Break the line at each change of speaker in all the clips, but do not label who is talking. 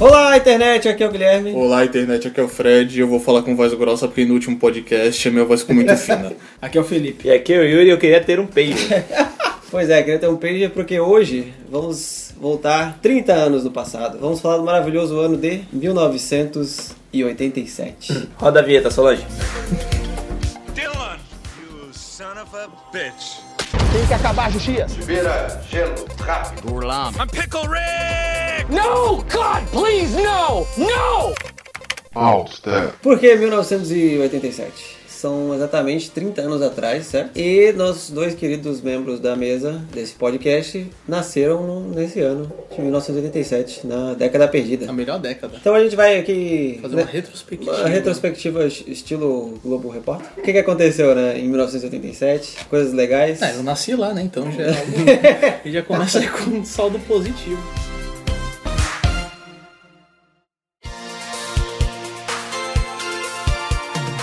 Olá, internet, aqui é o Guilherme.
Olá, internet, aqui é o Fred e eu vou falar com voz grossa porque no último podcast a minha voz ficou muito fina.
Aqui é o Felipe.
E aqui é o Yuri eu queria ter um peido.
Pois é, queria ter um page porque hoje vamos voltar 30 anos no passado. Vamos falar do maravilhoso ano de 1987.
Roda a vinheta, Solange.
Dylan, you son of a bitch.
Vira gelo, rápido.
I'm Pickle Rick!
No! God, please, no! No!
Austere.
Por que 1987? São exatamente 30 anos atrás, certo? E nossos dois queridos membros da mesa desse podcast nasceram no- nesse ano de 1987, na década perdida.
A melhor década.
Então a gente vai aqui
um
Fazer uma
né,
retrospectiva.
Uma retrospectiva es- estilo Globo Repórter. O que, que aconteceu né, em 1987? Coisas legais.
É, eu nasci lá, né? Então já, é algo- e já começa com um saldo positivo.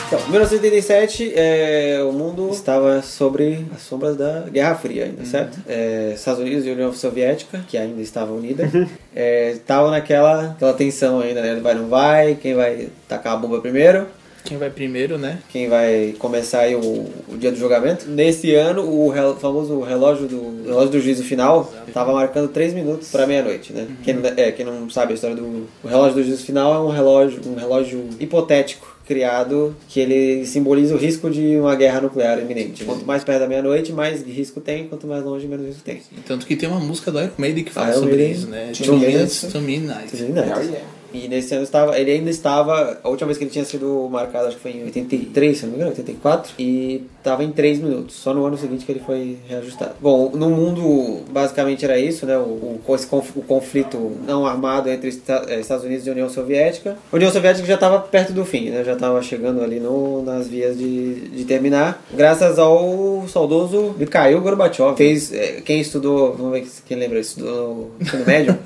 Então, 1987, é, o mundo estava sobre as sombras da Guerra Fria ainda, certo? É, Estados Unidos e União Soviética, que ainda estava unida, é, estavam naquela aquela tensão ainda, né? Vai, não vai? Quem vai tacar a bomba primeiro?
Quem vai primeiro, né?
Quem vai começar aí o, o dia do julgamento? Nesse ano, o rel- famoso relógio do, o relógio do juízo final estava marcando 3 minutos para meia-noite, né? Quem, não- é, quem não sabe a história do o relógio do juízo final é um relógio, um relógio hipotético criado que ele simboliza o risco de uma guerra nuclear iminente. Quanto mais perto da meia-noite, mais risco tem, quanto mais longe, menos risco tem.
Tanto que tem uma música do Iron Maiden que fala
Iron
sobre
Maiden.
isso, né?
Two
Two
Minutes.
Minutes, Two Midnight.
E nesse ano estava, ele ainda estava, a última vez que ele tinha sido marcado, acho que foi em 83, se não me engano, 84, e estava em 3 minutos, só no ano seguinte que ele foi reajustado. Bom, no mundo basicamente era isso, né? O, o, esse conf- o conflito não armado entre Esta- eh, Estados Unidos e União Soviética. A União Soviética já estava perto do fim, né? Já estava chegando ali no, nas vias de, de terminar, graças ao saudoso Mikhail Gorbachev. Fez, eh, quem estudou, vamos ver quem lembra, estudou no ensino médio.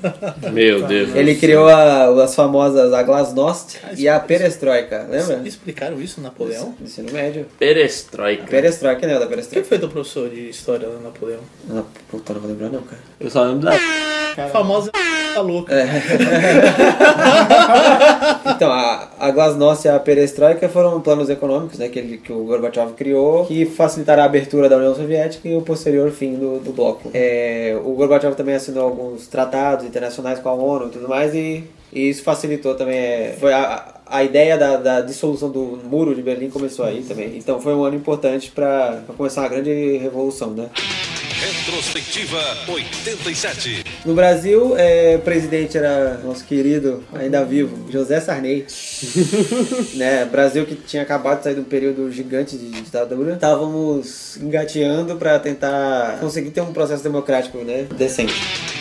Meu Deus.
Ele criou a- as famosas a Glasnost e a Perestroika,
Eles
lembra?
Explicaram isso, Napoleão?
Do ensino médio.
Perestroika.
Perestroika, né? Da
O que
Perestroika.
foi do professor de história do Napoleão?
Ah, puta, não vou lembrar não, cara.
Eu um só lembro da.
A famosa da louca.
Então, a, a Glasnost e a Perestroika foram planos econômicos, né? Que, ele, que o Gorbachev criou, que facilitaram a abertura da União Soviética e o posterior fim do, do bloco. É, o Gorbachev também assinou alguns tratados internacionais com a ONU e tudo mais, e, e isso facilitou também. é, foi a, a ideia da, da dissolução do muro de Berlim começou aí também. Então foi um ano importante para começar uma grande revolução, né?
Retrospectiva 87.
No Brasil, é, o presidente era nosso querido, ainda vivo, José Sarney. né, Brasil que tinha acabado de sair de um período gigante de ditadura. Estávamos engateando para tentar conseguir ter um processo democrático, né, decente.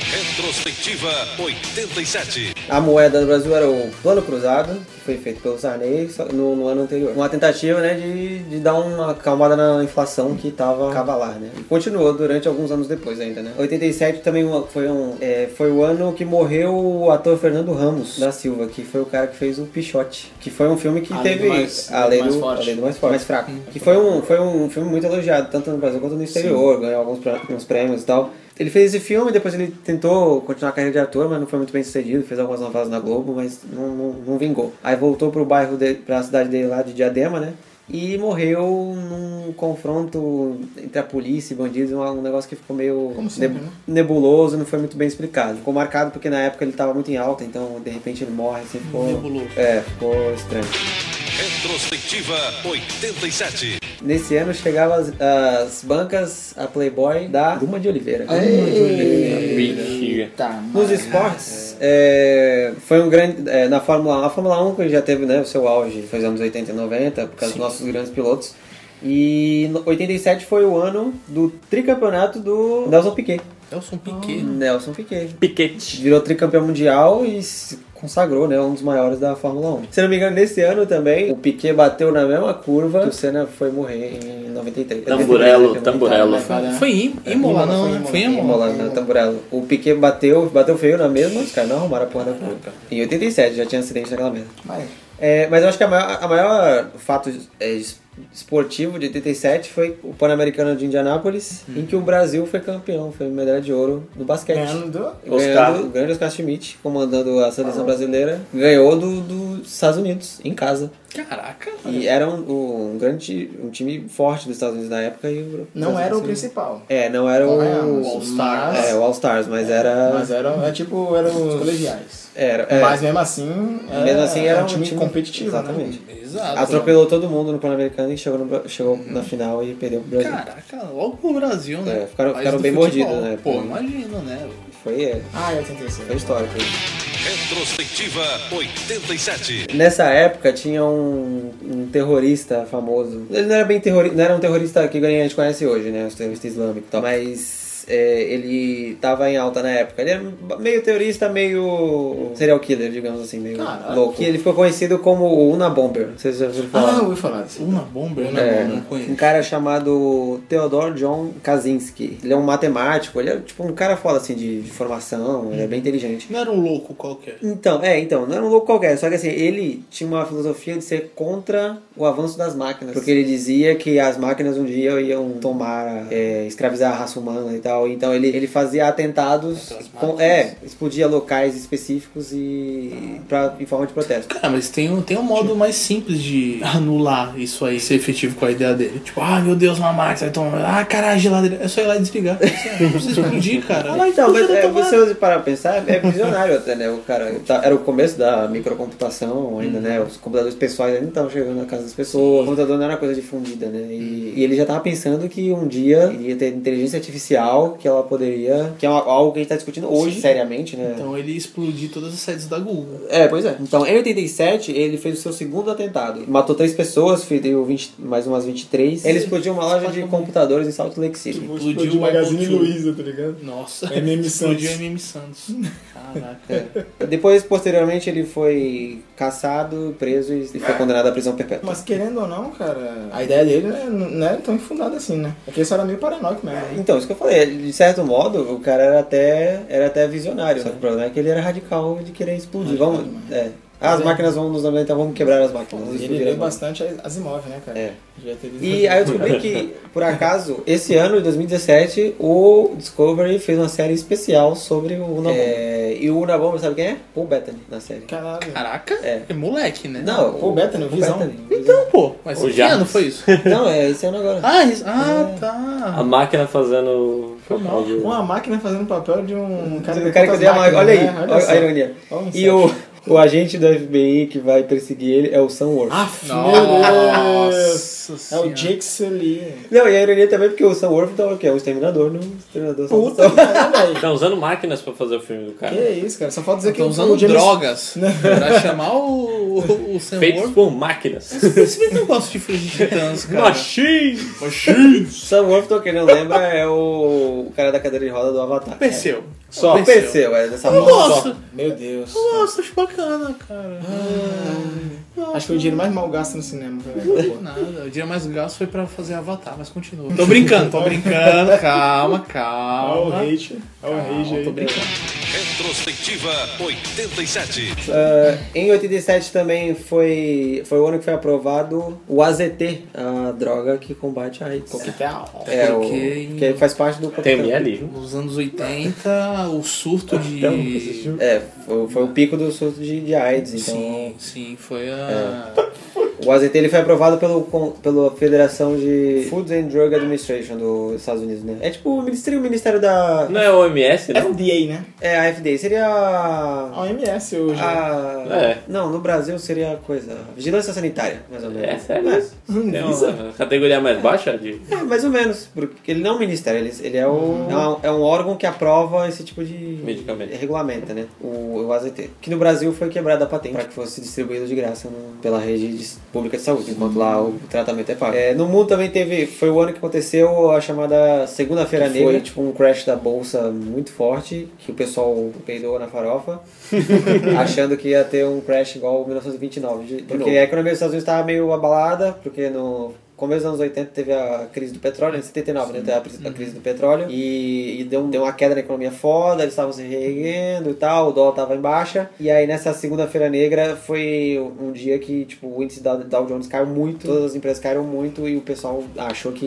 Retrospectiva 87.
A moeda do Brasil era o plano cruzado, que foi feito pelo Sarney só- no, no ano anterior. Uma tentativa, né, de, de dar uma acalmada na inflação que estava cavalar, né. E continuou durante alguns anos depois ainda, né. 87 também uma- foi, um, é, foi o ano que morreu o ator Fernando Ramos da Silva, que foi o cara que fez o Pichote, que foi um filme que
A Lei do
teve...
Mais-
a
do
lei
Mais
do,
Forte.
a lei do mais forte. Mais fraco. Que foi um, foi um filme muito elogiado, tanto no Brasil quanto no exterior, ganhou alguns pré- uns prêmios e tal. Ele fez esse filme, depois ele tentou continuar a carreira de ator, mas não foi muito bem sucedido, fez algumas novelas na Globo, mas não, não, não vingou. Aí voltou pro bairro, de, pra cidade dele lá de Diadema, né? E morreu num confronto entre a polícia e bandidos, um, um negócio que ficou meio
sempre,
neb-
né?
nebuloso, não foi muito bem explicado. Ficou marcado porque na época ele tava muito em alta, então de repente ele morre, assim ficou.
Nebuloso.
É, ficou estranho.
Retrospectiva 87.
Nesse ano chegava as, as bancas, a Playboy da Luma de Oliveira.
Mentira.
Nos esportes, é, foi um grande. é, na Fórmula 1, a Fórmula 1 que já teve né, o seu auge nos anos 80 e 90, por causa dos nossos grandes pilotos. E no- 87 foi o ano do tricampeonato do Nelson Piquet.
Nelson
Hum.
Piquet.
Nelson Piquet.
Piquete.
Virou tricampeão mundial e se consagrou, né? Um dos maiores da Fórmula 1. Se não me engano, nesse ano também, o Piquet bateu na mesma curva que o Senna foi morrer em 93.
Tamburello, tamburello.
Foi em Imola, não, né? Foi em Imola.
Imola, na tamborela. O Piquet bateu, bateu feio na mesma, os caras não arrumaram a porra da
Uhum.
curva. Em 87 já tinha acidente naquela merda. É, mas eu acho que a maior, a maior fato é, es- esportivo de 87 foi o Pan-Americano de Indianápolis,
Uhum.
em que o Brasil foi campeão, foi medalha de ouro no basquete.
Ganhando do...
Ganhando- o grande Oscar Schmidt, comandando a seleção brasileira, ganhou do, dos Estados Unidos, em casa.
Caraca.
E era um, um grande um time forte dos Estados Unidos na época. E o-
Não era o
Brasil-
principal.
É, não era
Ganhamos,
o.
mas-
É, o All-Stars, mas era.
Mas era, é tipo, eram os colegiais.
era é,
Mas mesmo assim, é,
mesmo assim era um time,
competitivo. né?
Exatamente.
Exato.
Atropelou todo mundo no Pan-Americano e chegou, no Bra- chegou na final e perdeu pro Brasil.
Caraca, logo pro Brasil, né?
É, ficaram-
País
ficaram
do
bem
futebol.
mordidos, né?
Pô, imagina, né?
Foi, é,
Ah, eu
foi
86.
histórico.
Retrospectiva 87.
Nessa época tinha um, um terrorista famoso. Ele não era bem terrorista, não era um terrorista que a gente conhece hoje, né? Os terroristas islâmicos e tal. Mas é, ele tava em alta na época. Ele era meio terrorista, meio serial killer, digamos assim, meio
Caraca.
louco. E ele ficou conhecido como o Una Bomber. Não sei se vocês já ouviram falar.
Ah, eu ouvi falar disso.
Una Bomber, Una
É,
Bomber, não conheço.
um cara chamado Theodor John Kaczynski. Ele é um matemático, ele é tipo um cara foda assim de, de formação, ele é bem inteligente.
Não era um louco qualquer.
Então, é, então, não era um louco qualquer, só que assim, ele tinha uma filosofia de ser contra o avanço das máquinas. Porque ele dizia que as máquinas um dia iam tomar, é, escravizar a raça humana e tal. Então ele, ele fazia atentados, com, é, explodia locais específicos e. pra- em forma de protesto.
Cara, mas tem um, tem um modo mais simples de anular isso aí, ser efetivo com a ideia dele. Tipo, ah, meu Deus, uma máquina, então, ah, caralho, a geladeira. É só ir lá e desligar. é, Não precisa explodir, cara.
Ah, então, mas é,
Tomara.
você usa para pensar, é visionário até, né? O cara tá- era o começo da microcomputação ainda, né? Os computadores pessoais ainda não estavam chegando na casa das pessoas. O computador não era uma coisa difundida, né? E, e ele já estava pensando que um dia iria ter inteligência artificial que ela poderia, que é uma- algo que a gente está discutindo hoje, seriamente, né?
Então ele explodir todas as sedes da Google.
É, pois é. Então, em 87, ele fez o seu segundo atentado. Matou três pessoas, feriu 20 mais umas 23. Ele explodiu uma loja de computadores em Salt Lake City.
Explodiu o
Tipo, Magazine
Apple II.
Luiza, tá ligado?
Nossa.
MM
Explodiu o
Santos.
MM Santos.
É.
Caraca.
Depois, posteriormente, ele foi caçado, preso e foi condenado à prisão perpétua.
Mas querendo ou não, cara, a ideia dele né, não era tão infundada assim, né? Porque isso era meio paranoico mesmo. né?
Então, isso que eu falei, de certo modo, o cara era até, era até visionário, só que o problema é que ele era radical de querer explodir. Vamos, é. Ah, as máquinas vão nos ambientar, vamos quebrar as máquinas.
E ele
explodir
leu
as máquinas.
bastante as imóveis, né, cara?
É.
Devia ter lido
E aí eu descobri que, por acaso, esse ano, de 2017, o Discovery fez uma série especial sobre o Unabomber. É, e o Unabomber, sabe quem é? Paul Bettany, na série.
Caralho.
Caraca.
É.
É moleque, né?
Não,
Paul Bettany, o Visão.
Então,
Então, pô. Mas
O
que
Jarvis.
ano foi isso?
não, é esse ano agora.
Ah, isso. Ah,
É.
A
tá.
máquina fazendo. Foi
mal.
Uma máquina fazendo o papel de um cara
O cara que odeia a máquina. Olha aí, olha a ironia.
né? Olha
E o, o agente do FBI que vai perseguir ele é o Sam Worth.
Ah, meu Deus!
Nossa
É o
Senhora.
Jake Sully.
Não, e a ironia também porque o Sam Worth então, que é o exterminador, não o exterminador. só-
Puta que pariu, velho.
Tá usando máquinas pra fazer o filme do cara.
Que isso, cara. Só falta dizer que
Estão usando
o James...
drogas pra chamar o, o, o Sam
Feitos
Worth.
por máquinas.
Esse vídeo não gosta de fugir de titãs, cara.
Machine!
Sam Worth, quem não lembra, é o, o cara da cadeira de roda do Avatar.
Perceu.
Só o
Perseu.
Perseu, é dessa
Eu
forma.
gosto.
Meu Deus.
Nossa, acho bacana, cara.
Acho que foi o dinheiro mais mal gasto no cinema, velho.
Nada, o dia mais gasto foi pra fazer Avatar, mas continua. Tô brincando, tô brincando. Calma,
Olha o
calma.
hate. Olha o rage
Calma, tô
aí.
brincando.
Retrospectiva 87.
Ah, em 87 também foi, foi o ano que foi aprovado o AZT, a droga que combate a AIDS.
Coquetel.
É, o,
Porque em-
que faz parte do
Tem um ML?
Nos anos 80, o surto de.
É, foi, foi o pico do surto de, de AIDS, então...
Sim, sim, foi a.
É. O AZT ele foi aprovado pelo, con- pela Federação de Food and Drug Administration dos Estados Unidos, né? É tipo o Ministério, o ministério da.
Não é OMS, não?
FDA, né? Ah,
É a FDA, seria
A
a.
OMS hoje.
a-
Ah, É.
Não, no Brasil seria a coisa. Vigilância sanitária, mais ou menos.
É sério isso?
um Hum,
Tem
é
uma categoria mais baixa de.
É, mais ou menos, porque ele não é um ministério, ele, ele é, o, é um- é um órgão que aprova esse tipo de
Uhum. Medicamento.
regulamenta, né? O, o AZT. Que no Brasil foi quebrada a patente para que fosse distribuído de graça no- pela rede de- pública de saúde, enquanto lá o tratamento é pago. É, no mundo também teve, foi o ano que aconteceu a chamada Segunda-feira
Que
Negra,
foi?
tipo um crash da bolsa muito forte, que o pessoal peidou na farofa, achando que ia ter um crash igual ao 1929, de- porque
novo.
a economia dos Estados Unidos estava meio abalada, porque no começo dos anos 80 teve a crise do petróleo, em 79, né? teve A,
Uhum.
pri- a crise do petróleo. E, e deu, um- deu uma queda na economia foda, eles estavam se reerguendo e tal, o dólar tava em baixa. E aí nessa segunda-feira negra foi um dia que, tipo, o índice da Dow Jones caiu muito, todas as empresas caíram muito e o pessoal achou que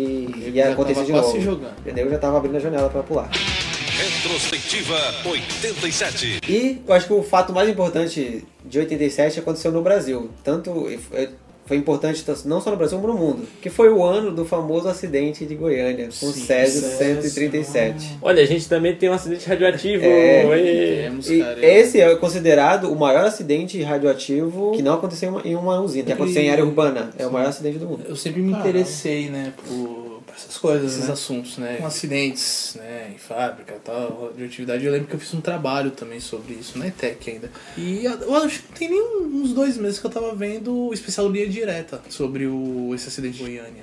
ia
já
acontecer
tava
de
quase
novo.
se jogando.
O nego já tava abrindo a janela pra pular.
Retrospectiva 87.
E eu acho que o fato mais importante de 87 aconteceu no Brasil. Tanto eh, foi importante tanto- não só no Brasil, como no mundo. Que foi o ano do famoso acidente de Goiânia, com o Césio 137.
Olha, a gente também tem um acidente radioativo.
É.
Oi.
Temos,
E
cara.
esse é considerado o maior acidente radioativo que não aconteceu em uma- em uma usina, que aconteceu em área urbana. É o maior acidente do mundo.
Eu sempre me interessei, né, por, por essas coisas, esses assuntos, né? Com acidentes, né, em fábrica e tal, de atividade. Eu lembro que eu fiz um trabalho também sobre isso, na ETEC ainda. E a- eu acho que tem nem um, uns dois meses que eu tava vendo o especial Linha Direta sobre o, esse acidente de Goiânia.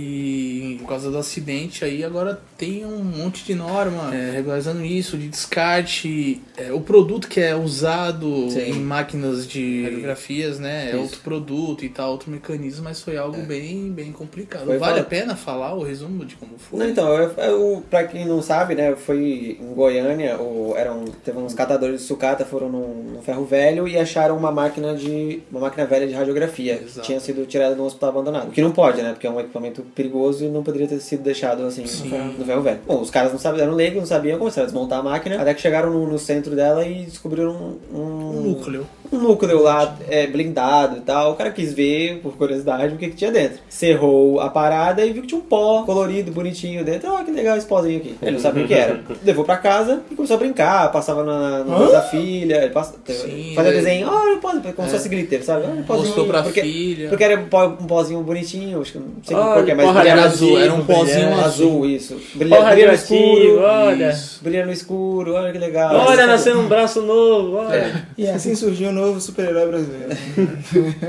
E por causa do acidente aí, agora tem um monte de norma é, regularizando isso, de descarte. É, o produto que é usado
Sim.
em máquinas de radiografias, né? É outro produto e tal, outro mecanismo, mas foi algo bem, bem complicado.
Foi
vale
falar-
a pena falar o resumo de como foi?
Não, então, eu, eu, pra quem não sabe, né, eu fui em Goiânia, ou eram, teve uns catadores de sucata, foram num, num ferro velho e acharam uma máquina de. uma máquina velha de radiografia, que
Exato.
tinha sido tirada de um hospital abandonado. O que não pode, né? Porque é um equipamento perigoso e não poderia ter sido deixado assim no ferro, no ferro velho. Bom, os caras não sabiam, eram leigos, não sabiam, começaram a desmontar a máquina, até que chegaram no, no centro dela e descobriram um.
Um núcleo.
Um núcleo lá é, blindado e tal. O cara quis ver, por curiosidade, o que, que tinha dentro. Cerrou a parada e viu que tinha um pó colorido, bonitinho dentro. Ah, que legal esse pozinho aqui. Ele não sabia o que era. Levou pra casa e começou a brincar. Passava na, na casa da filha. Ele passa,
Sim,
fazia
ele- É.
desenho. Olha o pozinho. Como se fosse glitter, sabe? Olha o pozinho.
Mostrou pra
porque,
filha.
porque era um pó- um pozinho bonitinho. Acho que não sei
Olha,
qual que é, mas
porra,
brilhava
Era azul, era um pozinho
azul,
azul.
isso.
Ó,
Brilha, brilha no
radioativo,
escuro.
olha.
Isso.
Brilha no escuro, olha que legal. É.
Olha, nasceu um braço novo, olha.
E assim surgiu o novo super-herói brasileiro.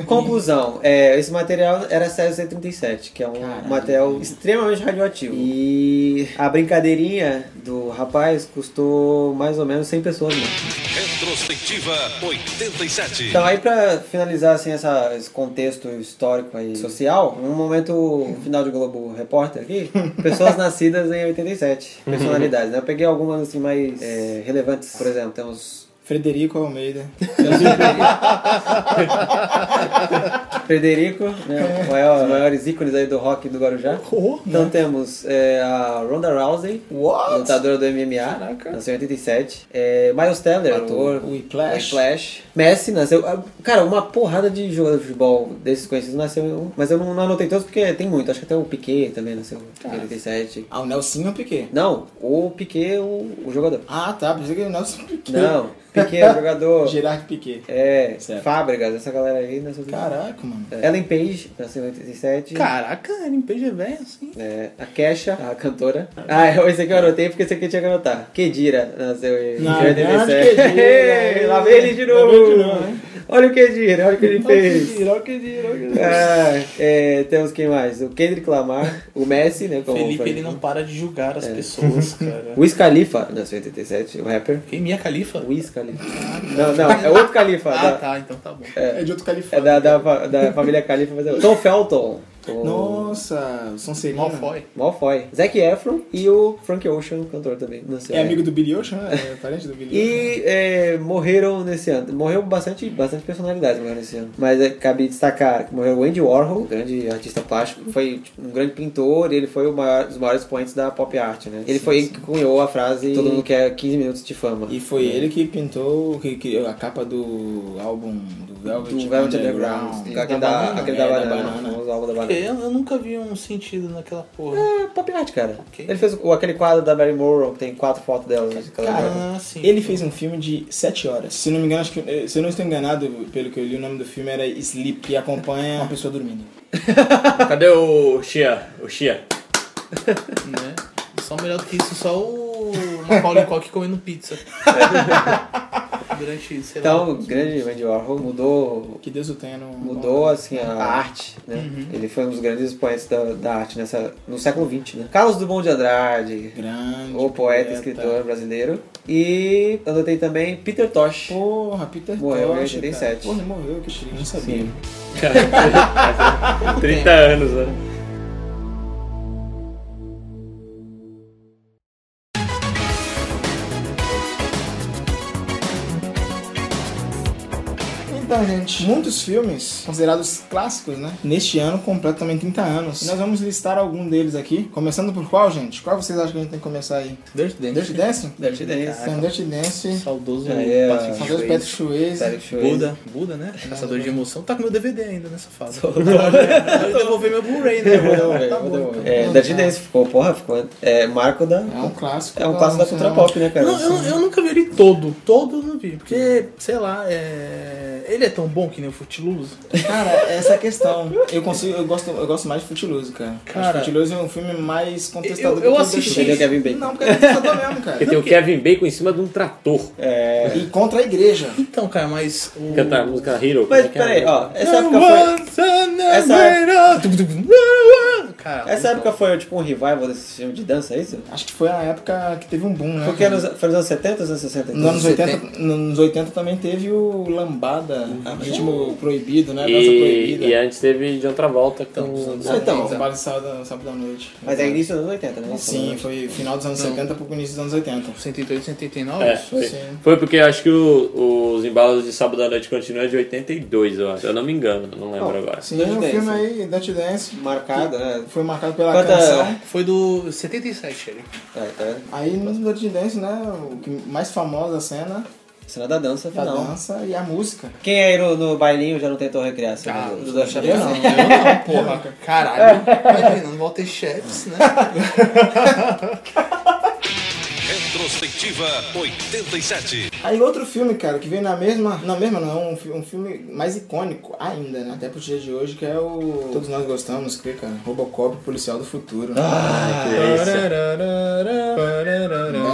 Conclusão, é, esse material era Césio 137, que é um material extremamente radioativo. E a brincadeirinha do rapaz custou mais ou menos 100 pessoas né? mesmo.
Retrospectiva 87.
Então aí pra finalizar assim essa, esse contexto histórico aí social, num momento final de Globo Repórter aqui, pessoas nascidas em 87, personalidades. Né? Eu peguei algumas assim mais é, relevantes, por exemplo, temos
Frederico Almeida.
Frederico, né, o maior, os maiores ícones aí do rock do Guarujá. Então temos é, a Ronda Rousey,
Né? What?
lutadora do MMA, nasceu em 87. É, Miles Teller, ator.
O Whiplash.
Whiplash. Messi nasceu. ah, Cara, uma porrada de jogador de futebol desses conhecidos nasceu. em um, Mas eu não, não anotei todos porque tem muito. Acho que até o Piquet também nasceu em 87.
Ah, o Nelsinho Piquet.
Não, o Piquet, o, o jogador.
Ah, tá. Pensei que era o Nelson Piquet.
Não, Piquet é o jogador.
Gerard Piquet.
É,
Certo.
Fábregas, essa galera aí nasceu.
Caraca, mano.
Ellen Page, nasceu em 87.
Caraca, era em PG velho, assim.
É, a Kesha, a cantora. Ah, eu- esse aqui eu anotei porque esse aqui eu tinha que anotar. Kedira nasceu em
Na
87.
verdade, Kedira,
Ei, Lá vem ele de novo.
Lá vem de novo, hein?
olha o Kedira, olha o que ele
Tá
fez.
Olha o que dirá, olha o que dirá.
Ah, é, temos quem mais? O Kendrick Lamar, o Messi, né? Como
Felipe,
foi.
ele não para de julgar as pessoas, cara.
O Wiz Khalifa nasceu em 87, o rapper.
Quem? Minha Califa? tá.
O Wiz Khalifa. Não, não, é outro Khalifa.
Ah,
da,
tá, então tá bom.
É de outro
É da,
Califórnia.
da, fa- da família Khalifa. mas é outro. Tom Felton. o-
Nossa, o Sonserina.
Mal foi.
Malfoy. Zac Efron e o Frank Ocean, cantor também. Nasceu
É
em-
amigo do Billy Ocean, né? É parente do Billy Ocean.
E é, morreram nesse ano. Morreu bastante, bastante personalidade morreram nesse ano. Mas é, cabe destacar que morreu o Andy Warhol, grande artista plástico. Foi tipo, um grande pintor e ele foi o maior, um dos maiores expoentes da pop art, né? Ele foi ele que cunhou a frase Todo mundo quer 15 minutos de fama.
E foi ele que pintou que, que, a capa do álbum do Velvet,
É. do Velvet Underground, aquele da,
banana.
aquele da
É, da
banana, o
banana.
famoso álbum da banana.
Eu, eu nunca vi um sentido naquela porra.
É pop art, cara.
Ok.
Ele fez o- aquele quadro da Mary Morrow, que tem quatro fotos dela. né? Aquela-
Ah, sim.
Ele fez um filme de 7 horas. Se não me engano, acho que, eh, se eu não estou enganado, pelo que eu li, o nome do filme era Sleep, que acompanha uma pessoa dormindo.
Cadê o Xia? O Xia.
né? Só melhor do que isso, só o Macaulay Culkin comendo pizza. Durante, sei lá.
Então, o grande Andy Warhol mudou
Que Deus o tenha no...
mudou assim a arte, né? Ele foi um dos grandes expoentes da, da arte nessa, no século XX, né? Carlos Drummond de Andrade,
Grande.
o poeta e escritor brasileiro. E anotei também Peter Tosh.
Porra, Peter
Morreu em
Tosh, cara.
87.
Porra, ele morreu, que chique, não sabia.
Cara, 30 um anos, né?
Então, gente, muitos filmes considerados clássicos, né? Neste ano completam também 30 anos. E nós vamos listar algum deles aqui. Começando por qual, gente? Qual vocês acham que a gente tem que começar aí?
Dirty Dance.
Dirty Dance?
Dirty Dance.
Tem um Dirty Dance,
Saudoso um
Ah, é,
Patrick
são dois
Swayze.
Patrick Swayze.
Patrick Swayze.
Buda, Buda, né? Caçador de emoção. Tá com meu DVD ainda nessa fase. Eu devolver meu Blu-ray, né?
É,
Tá bom,
Buda,
então.
É, Dirty Dance ficou, porra, ficou. É, marco da.
É um clássico.
É um clássico da cultura
nacional.
pop, né, cara?
Não, eu, eu nunca vi ele todo. Todo eu não vi. Porque, sei lá, é... ele é tão bom que nem o Footloose.
Cara, essa é a questão. Eu consigo, eu gosto, eu gosto mais de Futiloso, cara.
Cara,
Acho que Futiloso é um filme mais contestado
eu- eu
que o
assisti-
Dirty
Ele é o
Dance.
Kevin Bacon.
Não, porque é contestador mesmo, cara.
Porque tem o Kevin Bacon em cima de um trator.
É.
E contra a igreja.
Então, cara, mas. O...
Canta a música Hero. como
Mas
é que é?
peraí, ó, essa
Essa
época foi.
época. ah! Cara,
Essa época foi tipo um revival desse filme de dança, é isso?
Acho que foi a época que teve um boom, né?
Porque nos, foi nos anos 70 ou nos anos 60?
Nos anos, 80,
70.
nos 80 também teve o Lambada, né? ritmo proibido, né? Dança
E,
proibida.
e antes teve John Travolta com.
Ah, então,
Então.
Lambada sábado, sábado da noite.
Mas é início dos anos 80, né?
Sim, foi final dos anos 70 pro início dos anos 80.
108, 189?
É, foi.
Sim.
Foi porque acho que o- os embalos de sábado à noite continua é de 82, eu acho. Eu não me engano, não lembro agora.
Sim, é um
Dance.
filme aí, Dutch Dance,
Marcado, né?
foi marcado pela
Quanta-
canção.
Foi do 77 ele.
É, tá vendo?
Aí no Dirty Dance, né, o que mais famosa a cena
Cena da dança,
é a
final.
dança e a música.
Quem é aí no, no bailinho já não tentou recriar a cena
Ah,
do, do da
Eu
Chapéu?
não, eu não, porra. Caralho. Imagina, no Walter Chaps, né?
Retrospectiva 87.
Aí outro filme, cara, que veio na mesma... Na mesma não, um, fi- um filme mais icônico ainda, né, até pro dia de hoje, que é o... Todos nós gostamos, que, cara, Robocop, Policial do Futuro.
Ah,
Ah,
Ah,
Que é isso.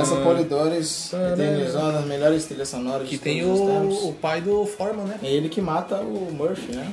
Essa Polidores eternizando as melhores trilhas sonoras
Que
de
tem
todos os
o, o
tempos.
pai do Foreman, né?
É ele que mata o Murphy, né?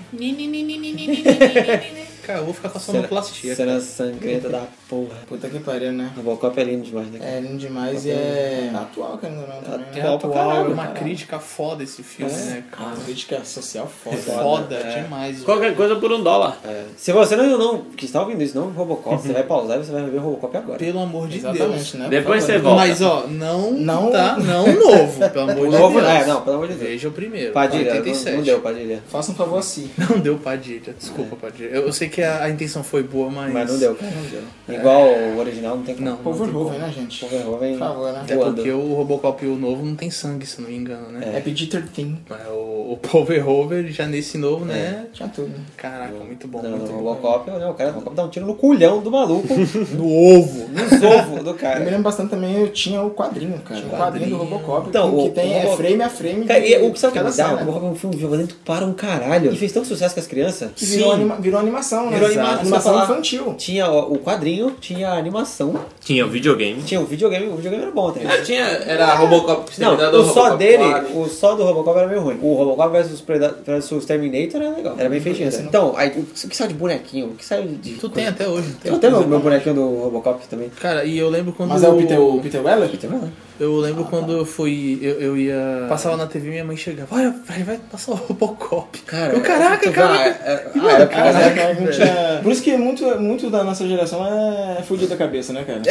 Cara, eu vou ficar com a
Cena-
sonoplastia.
Cena sangrenta da porra.
Puta que pariu, né?
Robocop é lindo demais, né? cara?
É lindo demais e é atual, cara, não também, né?
É
Atual pra É,
atual, é
caralho,
uma
caralho.
crítica foda esse filme, né? cara?
Uma crítica social foda.
Foda
é.
demais.
Qualquer coisa por um dólar.
Se você não, não que está ouvindo isso, não Robocop, você vai pausar e você vai ver o Robocop agora.
Pelo amor de
Exatamente,
Deus.
né?
Depois você
Por favor.
volta.
Mas ó, não,
Não-
tá, não novo, pelo amor de
Novo,
Deus.
é, não, pelo amor de Deus.
Veja o primeiro.
Padilha, não,
87.
não deu Padilha.
Faça um favor assim.
Não deu Padilha, desculpa, Padilha. Eu, eu sei que a, a intenção foi boa, mas.
Mas não deu, cara, não deu. Igual o original, não tem como.
Não, não tem como.
Overhoven, né, gente?
Overhoven
Por favor, né?
Até
voando.
porque o Robocop o novo não tem sangue, se eu não me engano, né?
É PG-13.
Mas o, o Paul Verhoeven já nesse novo,
É.
né?
Tinha tudo.
Caraca, muito bom.
Não,
muito
não, o
bom.
Robocop, não, o cara o Robocop dá um tiro no culhão do maluco,
No ovo.
nos ovos do
Eu me
cara.
lembro bastante também, eu tinha o quadrinho, cara. O quadrinho
quadrinho.
do Robocop.
Então,
o que
o-
tem
o
é
Robo-
frame a frame.
Cara, e
de
o que sabe o que é
cada
bizarro? O
cena.
Robocop é um filme violento para um caralho. E fez tanto sucesso com as crianças.
Que virou, anima- virou animação, né?
Virou anima-
animação
falar.
infantil.
Tinha o o quadrinho, tinha a animação,
Tinha o videogame.
tinha o videogame, o videogame era bom até.
Tinha, era Robocop,
Não,
Exterminador,
o só
Robocop
dele,
4.
o só do Robocop era meio ruim. O Robocop versus, Preda- versus Terminator era legal, era bem feitinho. até. Então, aí, o que saiu de bonequinho, o que saiu de...
Tu tem até hoje. Tem
Eu tenho meu, meu bonequinho do Robocop também.
Cara, e eu lembro quando.
Mas é o Peter, o Peter Weller?
Peter Weller.
Eu lembro quando eu fui. Eu, eu ia. Ah, tá. Passava na TV e minha mãe chegava. Olha, vai, vai passar o Robocop.
Cara,
eu, caraca,
tu-
cara.
Ah, é- ah, era-
Caraca, não tinha- Por isso que muito, muito da nossa geração é fudido da cabeça, né, cara?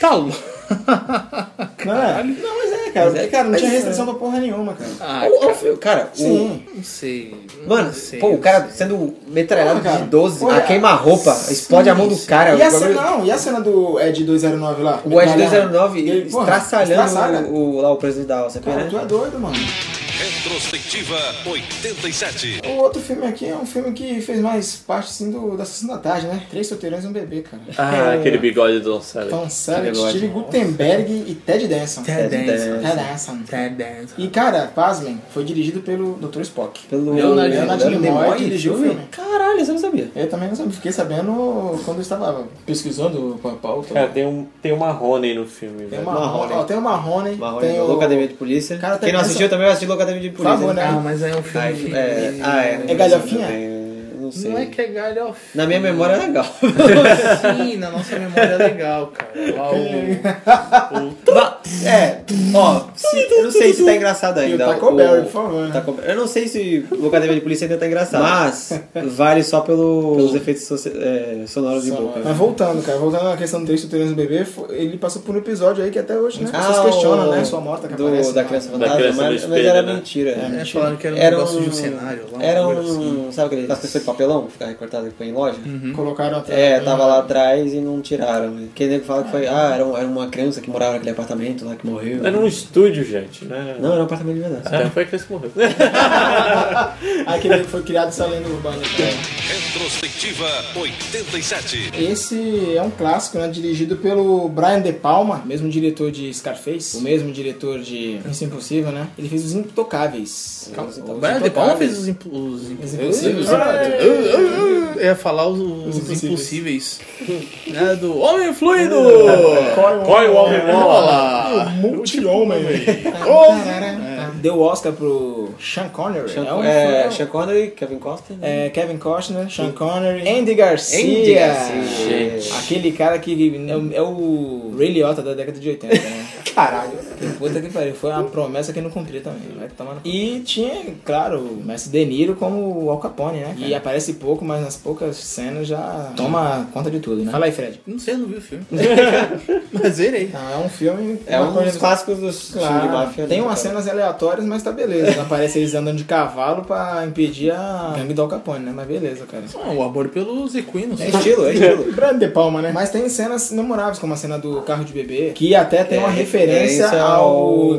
Tá louco.
Não é? Não, mas é, cara. Porque, cara, não tinha restrição pra porra nenhuma, cara.
Ah,
o- o- o- Cara, o...
Sim.
não sei. não
Mano,
sei,
pô,
não
o cara
sei.
sendo metralhado
Não, cara.
de 12,
Olha,
a queima-roupa, explode a mão do cara.
E a
Ah, o bagulho-
cena, não, e a cena do Ed 209 lá?
O Ed 209
Ele, porra, estraçalha.
estraçalhando o, o- lá o presidente da OCP,
Cara, tu é
né?
doido, mano.
Retrospectiva 87.
O outro filme aqui é um filme que fez mais parte, assim, do, da Sessão da Tarde, né? Três solteirões e um bebê, cara.
Ah, aquele bigode do Don Selleck.
Tom Selleck,
negócio.
Steve Gutenberg e Ted Danson.
É,
Ted
Ted Danson.
né?
Danson.
Ted Danson.
E, cara, pasmem, foi dirigido pelo Dr. Spock.
Pelo
Leonardo
Nimoy
dirigiu o filme. Caralho, você não sabia.
Eu também não sabia, fiquei sabendo quando eu estava pesquisando a pauta.
Cara, tem, um, tem uma Rony no filme,
Tem
velho.
o Marrone,
Marrone.
ó, tem o Marrone,
Marrone,
tem o...
Loucademia de Polícia.
Cara, tá tem
Quem não
essa-
assistiu também vai assistir Loucademia de Polícia.
favor, né?
Ah, mas aí é um filme.
né? Ai,
que-
é, ah, é.
É né? galhofinha?
Não não sei.
Não é que é galhofinho.
Na minha memória é legal.
Sim, na nossa memória é legal, cara. Lá o-
É, ó, se- eu não sei se tá engraçado
E o
ainda.
Taco Bell, por favor, né?
Taco Bell. Tá Eu não sei se o Academia de Polícia ainda tá engraçado. Mas vale só pelo- pelos efeitos soci- é, sonoros de boca.
Mas voltando, cara, voltando à questão do texto do Terence Bebê, fo- ele passou por um episódio aí que até hoje, né? As pessoas
Ah,
questionam,
o-
né? Sua morta que
do,
aparece.
Da
lá.
criança
Da
fantasma,
criança no
mas, mas
espelho,
era
né?
mentira.
É, falaram que era um negócio de um cenário lá, uma
Era um.
coisa assim. Uhum.
Sabe aquele. As pessoas de papelão que fica recortado que põe em loja?
Colocaram até. um-
É, tava lá atrás e não tiraram. né? Porque nego fala que foi. Ah, era, um- era uma criança que morava naquele apartamento lá que morreu.
Era um estúdio, gente, né?
Não, era um apartamento de verdade.
Até foi a criança que morreu.
Aquele Ah, que foi criado essa lenda urbana. né? Cara.
Retrospectiva 87.
Esse é um clássico, né? Dirigido pelo Brian De Palma, mesmo diretor de Scarface, o mesmo diretor de Missão Impossível, né? Ele fez Os Intocáveis. Os
tá
O Brian De Palma fez os, impo- os
Os
impossíveis.
Impossíveis.
Eu ia falar os, os
Os
impossíveis. né, do Homem Fluido!
Põe o homem
Olá!
Multi-homem. Deu o Oscar pro Sean Connery.
Sean,
é um
é,
filme-
Sean Connery, Kevin Costner. né?
É, Kevin Costner, Sean Connery, Andy Garcia.
Andy Garcia.
Aquele cara que é o, é o Ray Liotta da década de 80, né? Caralho. Puta que pariu, foi uma promessa que não cumpriu também. Vai tomar no cu. E tinha, claro, o Mestre De Niro como o Al Capone, né? cara? E aparece pouco, mas nas poucas cenas já toma conta de tudo, né? Fala aí, Fred.
Não sei, eu não vi o filme. Mas verei.
Não, é um filme...
É
uma
um
coisa
dos clássicos dos filmes de máfia.
tem
né,
umas
cara?
cenas aleatórias, mas tá beleza. Aparece eles andando de cavalo pra impedir a gangue do Al Capone, né? Mas beleza, cara.
Ah, o amor pelos equinos.
É estilo, é estilo.
Brian De Palma, né? Mas tem cenas memoráveis, como a cena do carro de bebê, que até tem uma referência
referência
ao
ao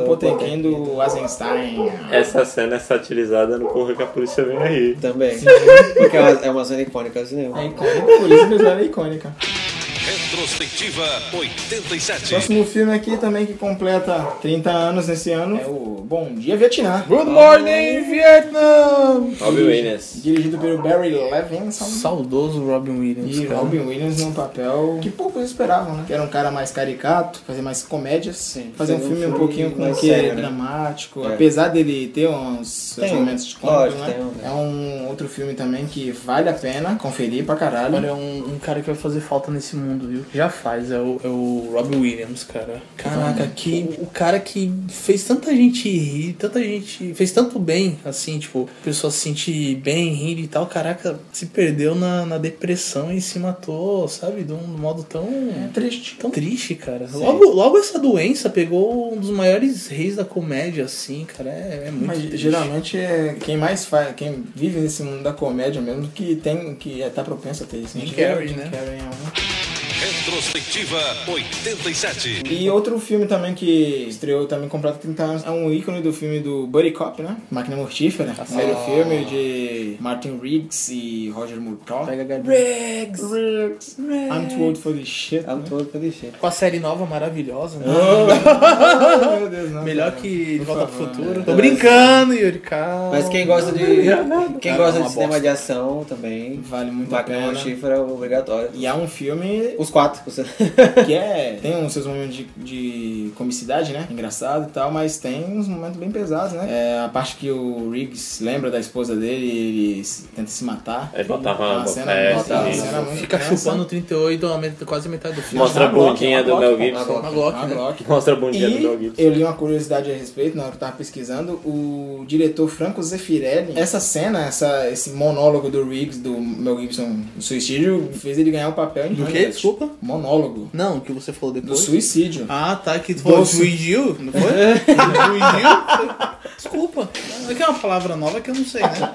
coraçado
Potemkin é do Eisenstein.
Essa cena é satirizada no Corra que a Polícia Vem Aí.
Também. Porque é uma, é uma cena icônica do cinema.
É icônica, por isso mesmo ela é icônica.
Retrospectiva 87.
Próximo filme aqui também que completa 30 anos nesse ano é o Bom Dia Vietnã.
Good morning, Vietnam!
Robin Williams.
Dirigido pelo Barry Levinson.
Saudoso Robin Williams.
E
cara.
Robin Williams num papel que poucos esperavam, né? Que era um cara mais caricato, fazer mais comédias,
Sim,
fazer
fazer
um
um
filme um
filme
pouquinho com
mais
que
sério,
é
né?
dramático.
É.
Apesar dele ter uns seus
Tem,
momentos de cômico,
lógico,
né?
tem um-
É um outro filme também que vale a pena conferir pra
Olha,
caralho.
é um, um cara que vai fazer falta nesse mundo, viu? Já faz, é o, é o Robin Williams, cara. Caraca,
Então,
que o cara que fez tanta gente rir, tanta gente. fez tanto bem, assim, tipo, a pessoa se sentir bem, rindo e tal. Caraca, se perdeu na, na depressão e se matou, sabe? De um modo tão.
É triste.
Tão triste, cara. Logo, logo essa doença pegou um dos maiores reis da comédia, assim, cara. É, é muito
Mas
triste.
geralmente é quem mais faz, quem vive nesse mundo da comédia mesmo, que tem, que é- tá propenso a ter isso.
Jim
Gente,
Carrey,
Jim
né?
Carrey é um.
Retrospectiva 87.
E outro filme também que estreou também completo 30 anos é um ícone do filme do Buddy Cop, né? Máquina Mortífera.
Tá
Primeiro filme de Martin Riggs e Roger Murtaugh.
Pega a Gabi.
Riggs! Riggs!
É.
I'm too old for this shit. né?
É um todo que eu deixei.
Com a série nova maravilhosa, né?
Ah, meu Deus, não.
Melhor
cara.
que
Por
Volta pro
favor,
Futuro.
né?
Tô brincando, Yuri, calma.
Mas quem gosta de. Quem
Cara,
gosta
é
de
uma
cinema
bosta.
de ação também.
Vale muito a
Bacana,
pena.
o chifre é obrigatório.
E é um filme
Os quatro. Você...
que é, tem uns seus momentos de, de comicidade, né? Engraçado e tal, mas tem uns momentos bem pesados, né? É, a parte que o Riggs lembra da esposa dele e ele se- tenta se matar.
Aí botava
É
uma
uma cena,
peça,
bota- uma
isso.
cena é muito
Fica
tensa.
chupando 38, a met- quase metade do filme.
Mostra a
Uma Glock,
bundinha
uma
do
Glock,
Mel
uma
Gibson.
Glock,
Uma Glock,
uma
né?
Ah, Glock.
Mostra a bundinha do Mel
E
Gibson.
eu li uma curiosidade a respeito na hora que eu tava pesquisando. O diretor Franco Zeffirelli, essa cena, essa, esse monólogo do Riggs, do Mel Gibson, do suicídio, fez ele ganhar o papel em
Do quê?
Hamlet.
Desculpa?
Monólogo.
Não, o que você falou
Do
depois.
suicídio.
Ah, tá, que tu falou
Doce.
Juigiu, não foi? Juigiu? Desculpa. É que é uma palavra nova que eu não sei, né?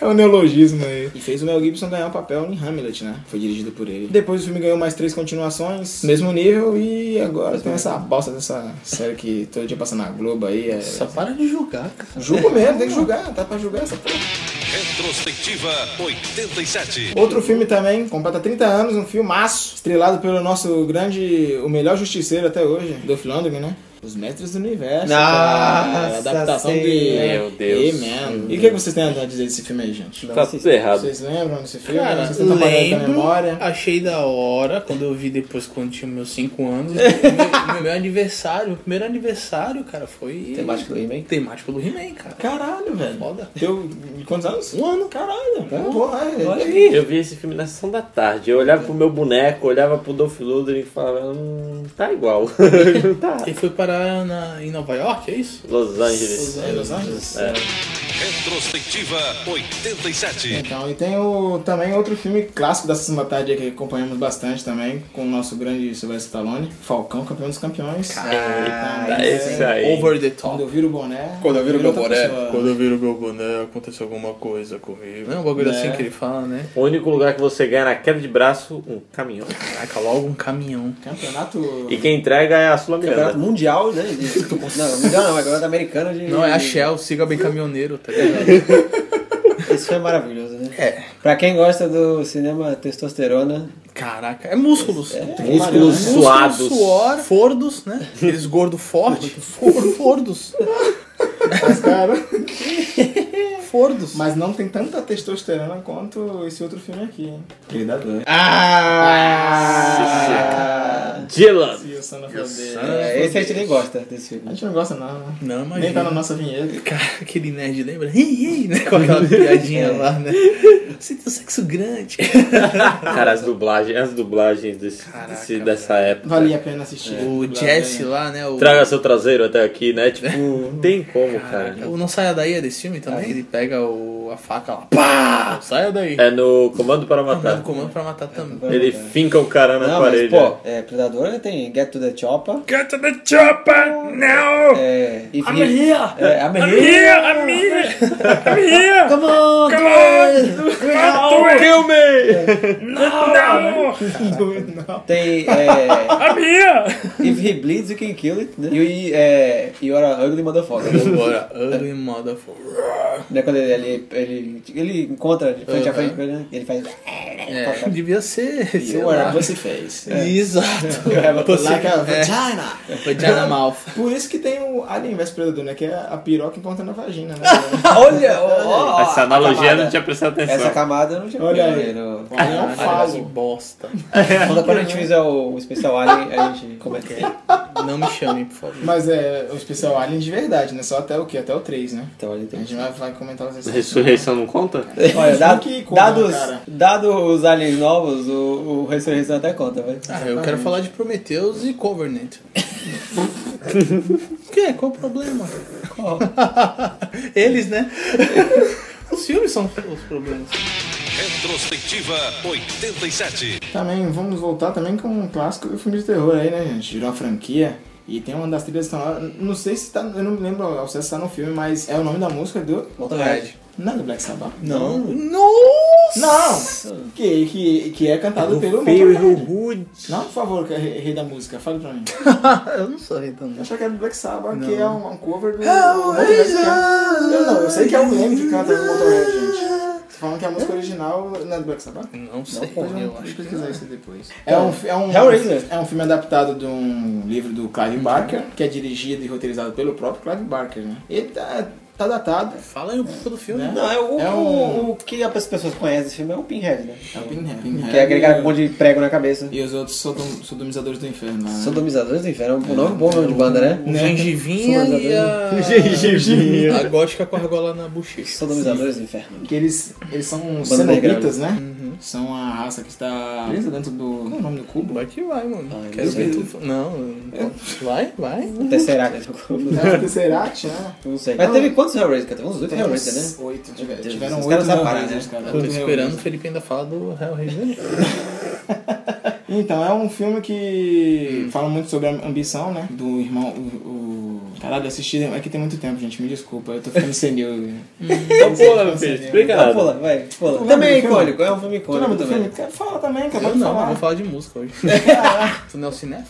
É um neologismo aí. E fez o Mel Gibson ganhar o papel em Hamlet, né? Foi dirigido por ele. Depois o filme ganhou mais três continuações, mesmo nível, e agora tem essa bosta dessa série que todo dia passa na Globo aí. É...
Só para de julgar, cara.
Julgo mesmo, tem que julgar, tá pra julgar essa porra.
Retrospectiva 87.
Outro filme também, completa 30 anos, um filmaço, estrelado pelo nosso grande, o melhor justiceiro até hoje, Dolph Lundgren, né? Os Mestres do Universo. cara.
Nossa,
A adaptação
sei.
de.
Meu Deus.
Amen. E o que, é que vocês têm a dizer desse filme aí, gente?
Tá tudo errado.
Vocês lembram desse filme?
Cara,
vocês tentam apagar da
lembro,
memória?
achei da hora quando eu vi depois quando tinha meus 5 anos. meu, meu- meu aniversário, o primeiro aniversário, cara, foi.
Temático do He-Man?
Temático do He-Man, cara.
Caralho, velho.
Foda.
Deu quantos anos? Um ano. Caralho. Porra, é.
Olha aí.
Eu vi esse filme na sessão da tarde. Eu olhava pro meu boneco, olhava pro Dolph Lundgren e falava, hum, tá igual. Não tá.
Ele foi parar na, em Nova York, é isso?
Los Angeles.
É Los Angeles?
É.
Retrospectiva 87.
Então, e tem o, também outro filme clássico da Sessão da Tarde aí que acompanhamos bastante também, com o nosso grande Silvestre Stallone, Falcão, campeão dos campeões.
Tá, esse aí.
Over the
Quando
top.
eu viro o boné...
Quando eu viro
vira
meu
outra
boné,
pessoa.
Quando eu viro meu boné, aconteceu alguma coisa comigo. Não é um bagulho
É.
assim que ele fala, né?
O único lugar que você ganha na queda de braço, um caminhão.
Caraca, logo um caminhão.
Campeonato...
E quem entrega é a Sula
Campeonato
Miranda.
mundial, né? de- Não, mundial não, é campeonato americano de.
Não, é a Shell, siga bem caminhoneiro, tá ligado?
Esse foi maravilhoso, né?
É.
Pra quem gosta do cinema testosterona,
Caraca, é músculos.
Músculos
Músculos,
suados.
suor, fordos, né? Aqueles gordo forte. For- fordos.
Mas, cara,
Fordos.
mas não tem tanta testosterona quanto esse outro filme aqui, hein? Predador.
Ah!
Dylan.
E o Son of a Bitch.
é, esse a gente nem gosta desse
A
filme.
gente não gosta não, né?
Não, imagina.
Nem tá na nossa vinheta.
Cara, aquele nerd lembra? Ei, ei, né? Com aquela piadinha lá, né? Você tem um sexo grande.
Cara, as dublagens, as dublagens desse,
Caraca,
desse- dessa época.
Vale a pena assistir.
O Jesse lá, né? O,
Traga seu traseiro até aqui, né? Tipo, não tem como, cara.
o Não Saia Daí é desse filme também? Ele pega o, a faca lá, pá! Não Saia daí. É.
É no Comando para
Dá
Matar.
o comando pra matar também.
Ele finca o cara na
Não, mas,
parede. né?
pô, é, Predador tem Get to the Chopper.
Get to the chopper now!
É, e I'm here! É, I'm here!
I'm here! I'm here!
Come on! Come
Kill me!
on! Tem. É, If He Bleeds, You Can Kill It, né? E o é, You're a Ugly Motherfucker. né?
Bora, ugly motherfucker.
Né, Quando ele, ele, ele, ele encontra de frente a frente com ele, né? Ele faz.
Uhum. É, devia ser. sei
You are
lá.
a pussy face.
Exato.
Eu have a pussy.
Like a
É.
vagina.
Vagina mouth.
Por isso que tem o Alien vs Predador, né? Que é a piroca encontrando a vagina, né?
Olha! ó, ó,
Essa
a
analogia eu
camada.
não tinha prestado
Essa
atenção.
camada eu não tinha
Olha aí.
no-
O Alien é um
Ah, Fala que
falo.
bosta.
Quando quando a gente fizer o, o especial Alien, a gente comenta.
Não me chame, por favor.
Mas é o especial Alien de verdade, né? Só até o quê? Até o 3, né?
Então, olha,
A
tem...
gente vai, vai comentar os
Ressurreição não conta?
olha dado,
que conta,
dados,
cara.
dados os aliens novos, o, o Ressurreição até conta, velho.
Ah, eu quero falar de Prometheus e Covenant. O que? Qual o problema? Qual? Eles, né? Os filmes são os problemas.
Retrospectiva 87.
Também, vamos voltar também com um clássico do filme de terror aí, né, gente? Virou uma franquia. E tem uma das trilhas sonoras, não sei se tá, eu não me lembro ao certo se tá no filme, mas é o nome da música do...
Motorhead.
Não é do Black Sabbath.
Não. Nossa!
Não! Que, que, que é cantado pelo
Feio e
Motorhead.
rude.
Não, por favor, que é rei rei da música, fala pra mim.
Eu não sou então.
Eu achava que era do Black Sabbath, que é um, um cover do. Motorhead, que é- Eu não, eu sei que é o Leme que canta o Motorhead, gente. Tô falando que a música original não é do Black Sabbath?
Não sei,
Depois
eu
vamos
acho.
pesquisar isso depois. É um, fi- é, um,
Hellraiser.
é um filme adaptado de um livro do Clive Barker, que é dirigido e roteirizado pelo próprio Clive Barker, né? Ele tá, tá datado.
Fala aí um pouco do filme.
Né?
Não, é o,
É um-
o, o que as pessoas conhecem desse filme é o Pinhead, né?
É o Pinhead.
Que é aquele cara com um monte de prego na cabeça.
E os outros sodom- sodomizadores do inferno, né?
Sodomizadores do Inferno, um nome bom nome de banda, né?
O gengivinha e a...
Gengivinha.
a gótica com a argola na bochecha.
Sodomizadores do Inferno.
Que eles, eles são
Banda
cenobitas, né? São a raça que está presa dentro do. Qual é o nome do cubo?
Vai que vai, mano.
Ai,
Quero
meu
ver
Deus.
tu. Não, não. vai, vai.
Tesseract.
É o Tesseract, né?
Não sei. Mas teve quantos Hellraiser? cara? Teve uns oito
Tem uns
Hellraiser, né?
Oito, tiver-
Deus,
tiveram
os
oito.
caras aparam, né?
Hellraisers, cara.
Eu tô
Oito
esperando o Felipe ainda falar do Hellraiser.
Então, é um filme que fala muito sobre a ambição, né? Do irmão. O, o... Caralho, eu assisti é que tem muito tempo, gente. Me desculpa, eu tô ficando senil.
Então, pô, meu filho, explica
Não,
nada.
pula, vai,
Tu
pula.
lembra
Também é
do filme?
icônico, é um filme
Tu lembra
icônico
do
também.
filme? Cara, Fala também, cara,
Eu
pode
não, eu vou
falar.
falar de música hoje. tu não é o cinéfilo?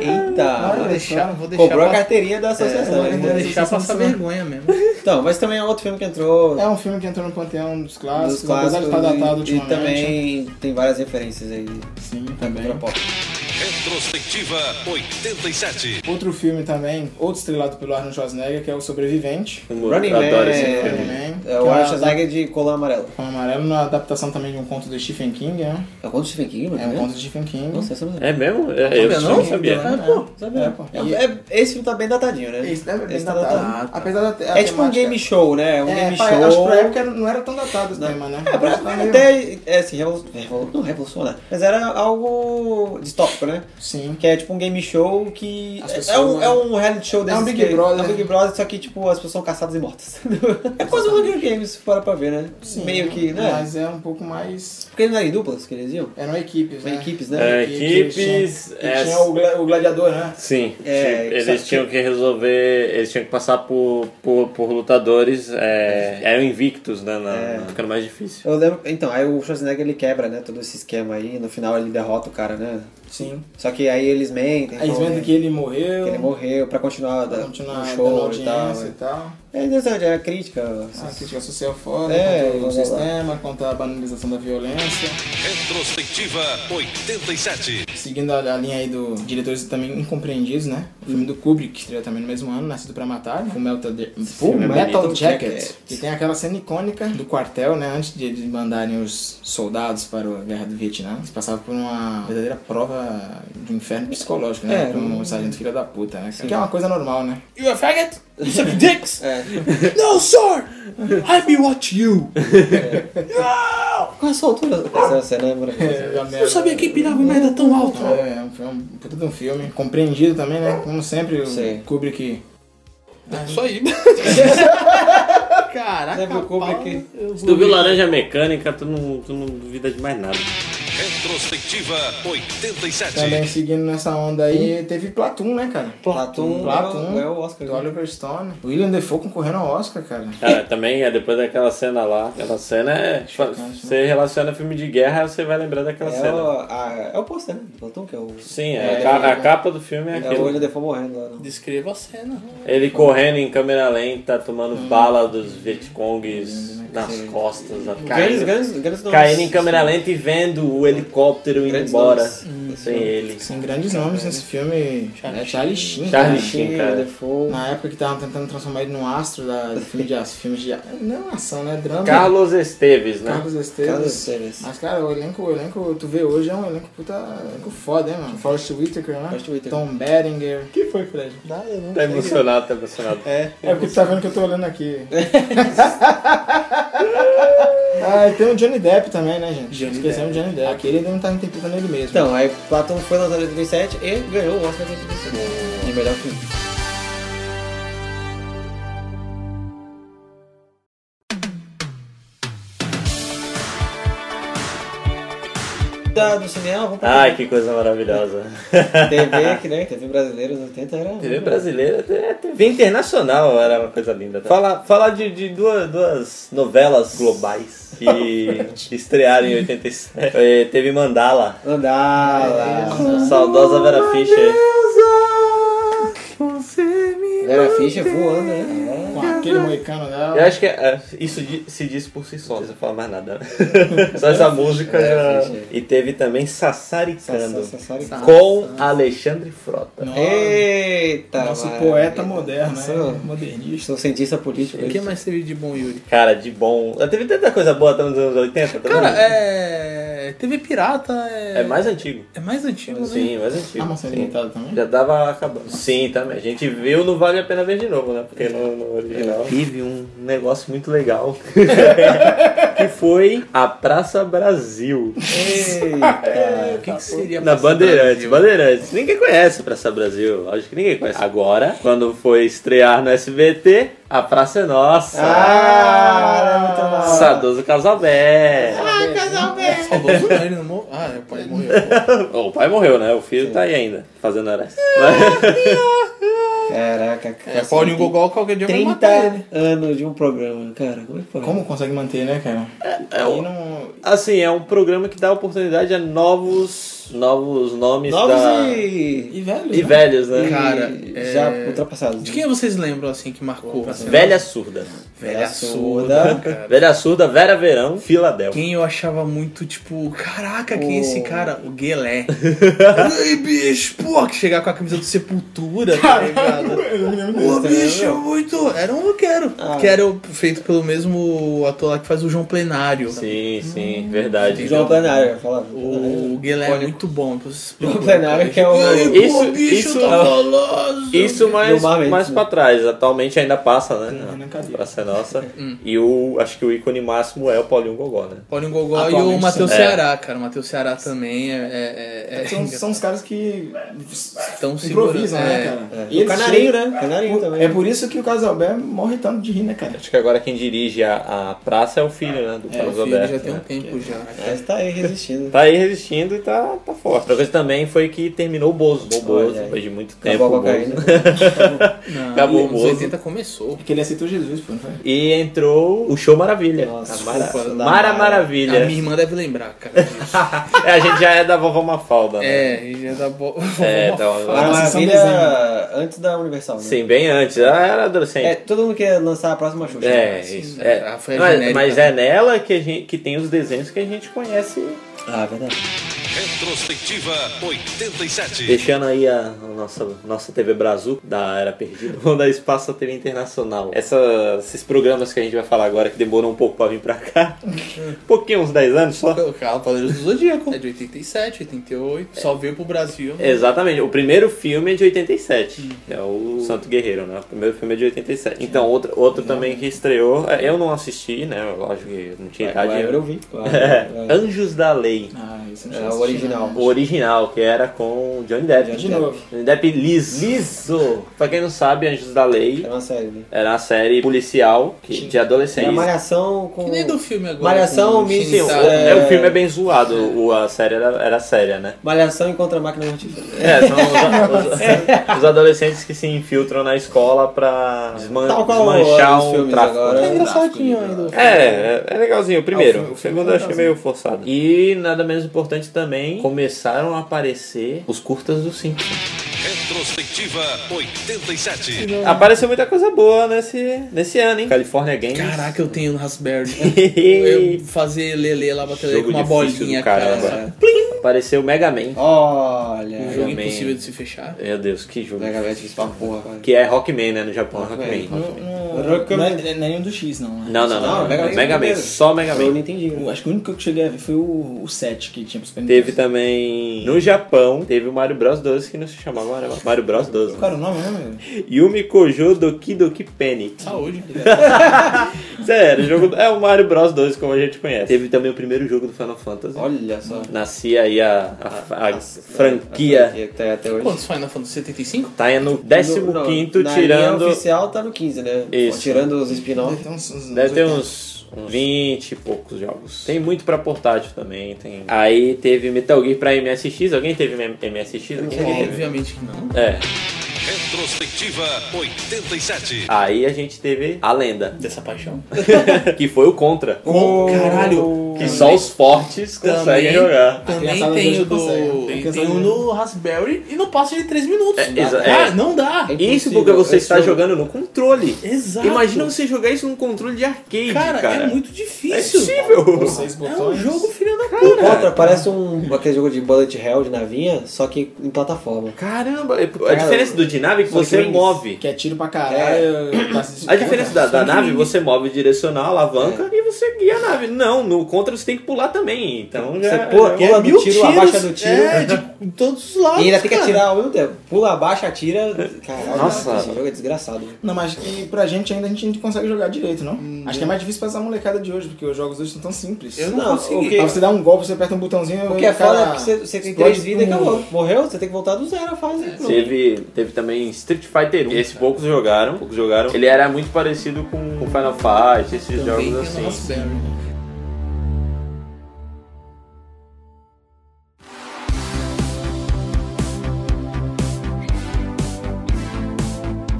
Eita!
Olha
deixar,
só.
vou deixar
Cobrou a
pra-
carteirinha da associação.
é,
né?
vou deixar
Associação
passar
Nacional.
vergonha mesmo.
Então, mas também é um outro filme que entrou
É um filme que entrou no panteão dos
dos
clássicos, apesar
clássicos
de estar datado
e, e
ultimamente.
também né? tem várias referências aí.
Sim, também.
Pra pop.
Retrospectiva 87.
Outro filme também, outro estrelado pelo Arnold Schwarzenegger, que é o Sobrevivente.
Running Man.
adoro esse filme.
Running Man, que
É o Arnold Schwarzenegger de colar amarelo.
Com amarelo na adaptação também de um conto do Stephen King, né?
É o conto do Stephen King, mano?
É um conto do Stephen King.
Nossa, essa não é.
É mesmo? É, eu não sabia.
É, pô, sabia. É, pô. E-
É, é- esse filme tá bem datadinho, né?
Esse deve
Esse
bem
tá
datado. Apesar da
É tipo um game show, né? É um
É,
game
pá, acho que
show.
pra época não era tão datado esse tema, né?
É, pra, até, é assim, revol, revol- não revolucionar, mas era algo distópico, né?
Sim.
Que é tipo um game show que.
As
é-
pessoas,
É um,
né?
é um reality show desse.
um Big Brother.
É um Big Brother, só que tipo, as pessoas são caçadas e mortas. é quase um Hunger Games, se for pra ver, né?
Sim,
Meio que, né?
Mas é um pouco mais.
Porque eles não eram em duplas que eles iam?
Eram equipes, né?
Eram equipes, né?
É,
Que- que eles
equipes.
tinham-
é,
que tinha o, gla- o gladiador, né?
Sim,
É,
tipo, eles
sabe
tinham que resolver, eles tinham que passar por, por, por lutadores, é, eram invictos, né, na,
É.
na- ficando mais difícil.
Eu lembro. Então, aí o Schwarzenegger ele quebra, né? Todo esse esquema aí. No final ele derrota o cara, né?
Sim.
Só que aí eles mentem.
Aí eles
falam,
vendo
né,
que ele morreu.
que ele morreu pra continuar, da,
pra continuar
o
dando
show e tal.
audiência Ah, e tal.
É interessante, é a crítica.
A crítica social foda,
É,
contra o
vamos lá.
sistema, contra a banalização da violência.
Retrospectiva 87.
Seguindo a, a linha aí do diretores também incompreendidos, né? O filme do Kubrick, que estreou também no mesmo ano, Nascido pra Matar, o Metal, de- Full
filme é
Metal
bonito.
Jacket,
Jacket.
que tem aquela cena icônica do quartel, né? Antes de eles mandarem os soldados para a guerra do Vietnã, eles passavam por uma verdadeira prova de um inferno psicológico, né?
É,
com
um-
um sargento filho da puta, né? cara? Que é uma coisa normal, né?
You a faggot? You suck dicks?
É.
No, sir! I be what you!
Qual é a sua altura? Essa cena é maravilhosa.
Eu sabia que pirava merda tão alto.
É, é um filme, um puta de um filme. Compreendido também, né? Como sempre,
Sim.
o Kubrick.
Isso aí. Caraca,
Lembra o Kubrick?
Paulo, eu
Se
vou-
tu viu Laranja Mecânica, tu não, tu não duvida de mais nada.
Retrospectiva 87.
Também seguindo nessa onda aí, teve Platum, né, cara?
Platum,
Platum.
é o- é o Oscar.
Do Oliver Stone. William Defoe concorrendo ao Oscar, cara.
Cara, também, é depois daquela cena lá, aquela cena é... Você relaciona filme de guerra, você vai lembrar daquela
né? É
cena.
o, a, é o pôster, né? Do Platum, que é o.
Sim, é, a, ca- a capa do filme
né?
é
É o olho
aquilo.
de morrendo lá. né?
Descreva a cena.
Ele correndo em câmera lenta, tomando bala dos Vietcongs nas costas,
Grandes,
caindo
grandes, grandes nomes.
caindo em câmera lenta e vendo o helicóptero indo
Grandes
embora
nomes. Hum.
sem ele.
Tem grandes nomes nesse filme. Charlie, Charlie Sheen.
Charlie
cara.
Sheen,
né?
cara.
Defoe.
Na época que estavam tentando transformar ele num astro da, de filme de ação. Filmes de, não ação, né? Drama.
Carlos Esteves, né?
Carlos Esteves.
Cada Esteves.
Mas, cara, o elenco, o elenco, tu vê hoje, é um elenco puta. elenco foda, hein, mano? Forrest Whitaker, né?
Forrest Whitaker.
Tom Berenger. que foi, Fred?
Tá emocionado, tá emocionado.
É porque tu tá vendo que eu tô olhando aqui. ah, e tem o Johnny Depp também, né, gente?
Johnny
Esquecemos o Johnny Depp. Aqui ele não tá interpretando ele mesmo.
Então, aí Platum foi lançado em 87 e ganhou o Oscar de 87. De melhor filme. Da, do Tá cinema, vamos pra
Ai, que coisa maravilhosa.
Ah.
TV, que né? TV brasileira nos 80 era.
TV brasileira, é, TV internacional era uma coisa linda. tá? Falar fala de, de duas, duas novelas globais que estrearam em 87. Eh, teve Mandala,
É
Andala.
saudosa Vera Fischer.
Era ficha voando, né?
Com aquele moicano dela.
Eu acho que é, isso di- se diz por si só, não precisa falar mais nada. né? só essa música.
é,
já-
ficha.
E teve também Sassaricando.
Nossa, sabe?
Com Alexandre Frota.
Nossa,
Eita!
nosso
maravilha.
poeta moderno, né?
Sou-
Modernista.
Sou cientista político.
O que mais teve de bom, Yuri?
Cara, de bom. Ela Teve tanta coisa boa até nos anos 80, tá
Cara,
vendo?
é. TV Pirata
É
é.
mais antigo.
é mais antigo, né?
Sim, mais
Ah,
antigo.
mas é
Sim.
limitado também?
Já tava acabando. Sim, também. A gente viu, não vale a pena ver de novo, né? Porque no, no original. Teve um negócio muito legal. que foi a Praça Brasil.
Eita!
O que, que seria
Na
pra-
Bandeirantes, Bandeirantes. Ninguém conhece a Praça Brasil. Lógico que ninguém conhece. Agora, quando foi estrear no SBT, a Praça é Nossa.
Ah, era muito da hora.
Sadoso Casalbé.
Ah!
Saudoso não, ele não morreu. Ah, é, o pai morreu.
o pai morreu, né? O filho tá aí ainda, fazendo horas.
Caraca, cara.
É, Paulinho Gogol qualquer dia vai matar ele.
30 anos de um programa, cara. Como é que foi?
Como consegue manter, né, cara? Aí não.
é um assim, é um programa que dá oportunidade a novos novos, novos nomes
Novos
da...
e.
E velho.
e velhos, né?
Cara,
e já
é-
ultrapassados.
De quem vocês lembram, assim, que marcou? assim?
Velha surda.
Velha
Surda.
surda, cara.
Velha surda, Vera Verão, Filadélfia.
Quem eu achava muito, tipo, caraca, quem
O-
é esse cara? O Guelé. Ai, bicho, pô, que chegar com a camisa do Sepultura, tá ligado? Pô, bicho, é muito. Era um roqueiro.
Ah.
que era o- feito pelo mesmo ator lá que faz o João Plenário.
Sim, sim, verdade.
João Planário, eu falava.
O Guelé é muito bom. Então vocês
João
procuram,
Planário, que é
Ai,
o.
Isso-
pô, bicho,
isso-
tá goloso.
Isso mais,
Normalmente,
mais
né?
pra trás. Atualmente ainda passa, né?
na cadeia.
Praça é Nossa.
Hum.
E o, acho que o ícone máximo é o Paulinho Gogó, né?
Paulinho Gogó e
Atualmente,
o Matheus
sim.
Ceará, cara. O Matheus Ceará também é. é, é, é
São, são os caras que
tão
improvisam,
segura-
né,
é.
cara?
É.
E
O
eles
Canarinho,
chegam-
né? Canarinho
Por-
também.
É por isso que o Casalbé morre tanto de rir, né, cara?
Acho que agora quem dirige a, a praça é o filho, né? Do
É,
Carlos
o filho
Alberto.
já tem
né?
um tempo já.
Mas tá aí resistindo.
Tá aí resistindo e tá, tá forte. Outra coisa também foi que terminou o Bozo. O Bozo,
aí.
depois de muito tempo.
Acabou
o
a né? cocaína.
Bozo.
Não,
Acabou o
nos
Bozo.
80 começou.
Porque ele aceitou Jesus, pô, não foi?
E entrou o show Maravilha.
Nossa,
a Mara,
desculpa, da
Mara
Mara.
Maravilha.
A minha irmã deve lembrar, cara, disso.
É, a gente já é da vovó Mafalda, né?
é, e já dá bo...
É, tá,
Mara
Agora vocês são
Maravilha antes da Universal, né?
Sim, bem antes. Ela era
É,
adolescente.
todo mundo quer lançar a próxima Xuxa.
É,
Assim.
isso.
né?
é.
Ela foi a
Mas,
genérica,
mas
né?
é nela que, a gente, que tem os desenhos que a gente conhece.
Ah, verdade.
Retrospectiva 87.
Deixando aí a, a nossa, nossa TV Brasil da Era Perdida. Vamos dar espaço à TV Internacional. Essa- esses programas que a gente vai falar agora, que demoram um pouco pra vir pra cá. Um pouquinho, uns 10 anos só.
O Cavaleiros do Zodíaco. É de 87, 88. Só veio pro Brasil.
É Exatamente, o primeiro filme é de 87. É
Hum.
o Santo Guerreiro, né? O primeiro filme é de 87. Então, outro, outro também que estreou, é, eu não assisti, né? Eu Lógico que não tinha idade.
Agora eu vi. Claro.
É,
né?
É.
Anjos da Lei.
Ah, isso
É o original.
O original, que era com Johnny Depp.
Johnny Depp.
Johnny Depp liso. liso. Pra quem não sabe, Anjos da Lei
Era uma série, né?
era uma série policial que, de
Era
adolescentes.
malhação com.
Que nem do filme agora.
Malhação,
com
Miss-
Sim, o,
Shin-Tae.
É.
é, o filme é bem zoado, o- a série era, era séria, né?
Malhação e contra a máquina mortífera.
É, são os, os- os adolescentes que se infiltram na escola pra desman-
Tal qual
desmanchar
os
um
filmes
tráfico.
agora.
né?
engraçadinho ainda.
É, é- é legalzinho o primeiro.
Ah, o filme-
o
o
segundo
filme
eu
é
achei meio forçado. E nada menos importante também, começaram a aparecer os curtas do Simpsons.
Retrospectiva 87.
Apareceu muita coisa boa nesse, nesse ano, hein? California Games.
Caraca, eu tenho no Raspberry. né? eu fazer lelê lá, bater lelê com
Jogo
uma
difícil do
bolinha, cara.
caramba. É,
Apareceu o Mega Man.
Um
Olha.
jogo
Também. É.
impossível de se fechar.
Meu Deus, que jogo.
Mega Man difícil pra porra, cara.
Que é Rockman, né? No Japão, Rockman.
Rockman.
Não, não é nenhum do X, não. né?
Não, não, não.
Não, Mega Man
Mega Man,
primeiro.
só Mega Man.
Eu não entendi. né?
Eu Acho que o único que eu cheguei a ver foi o, o 7 que tinha pro Super
Teve
Nintendo.
também. No Japão, teve o Mario Bros 12, que não se chamava Mario- Mario Bros 12.
Qual era o nome, né, meu?
Yumi Kojo Doki Doki Panic.
Saúde.
É. Sério, o jogo é o Mario Bros 2 como a gente conhece. Teve também o primeiro jogo do Final Fantasy.
Olha só.
Nascia aí a, a- a franquia.
Que tá até hoje.
Quantos Final Fantasy? 75?
Tá aí no
No-
15
na
tirando.
linha oficial tá no 15, né?
Isso.
Tirando os spin-off.
Deve ter uns- uns-
Deve ter
80.
uns, uns 20 e poucos jogos. Tem muito pra portátil também. Tem... Aí teve Metal Gear pra MSX. Alguém teve MSX? Alguém teve?
Obviamente que não.
É.
Retrospectiva 87.
Aí a gente teve a lenda,
Dessa paixão.
que foi o Contra.
Caralho.
Que só os fortes conseguem
Também,
jogar.
também
criançada
tem
de
o
hoje
do.
consegue. Tem
Tem,
criançada
um
de
no Raspberry e não passa de 3 minutos.
É, exa-
cara,
é.
não dá.
É
Isso
impossível.
porque você
Esse
está
jogo-
jogando no controle.
Exato.
Imagina você jogar isso num controle de arcade, cara.
Cara, é muito
É
difícil.
impossível.
Seis
É um
botões.
jogo filho da
O
puta.
Contra parece um, aquele jogo de bullet hell de navinha, só que em plataforma.
Caramba, é- a diferença do de nave é que
Sonic
você
Wings.
move.
Que é tiro pra caralho.
A diferença da, da nave, você move direcional,
É.
alavanca e você guia a nave. Não, no contra você tem que pular também. Então já.
Você pula,
já-
pula do tiro, abaixa do tiro.
um É, de todos os lados.
E ainda tem que
cara.
atirar ao mesmo tempo. Pula, abaixa, atira. Caralho,
Nossa.
esse jogo é desgraçado.
Não, mas que pra gente ainda a gente não consegue jogar direito, não? Acho que é mais difícil pra essa molecada de hoje, porque os jogos hoje são tão simples.
Eu não,
Não,
consegui.
o que-
Pra você dar um golpe, você aperta um botãozinho.
O que é
cara,
foda é que você, você tem
explode
três vidas e
todo mundo.
acabou. Morreu, você tem que voltar do zero a fase. Não.
Teve, teve também Street Fighter 1. Esse poucos jogaram, poucos jogaram. Ele era muito parecido com com Final Fight, esses
Também
né?
jogos
tem
assim.
no Raspberry.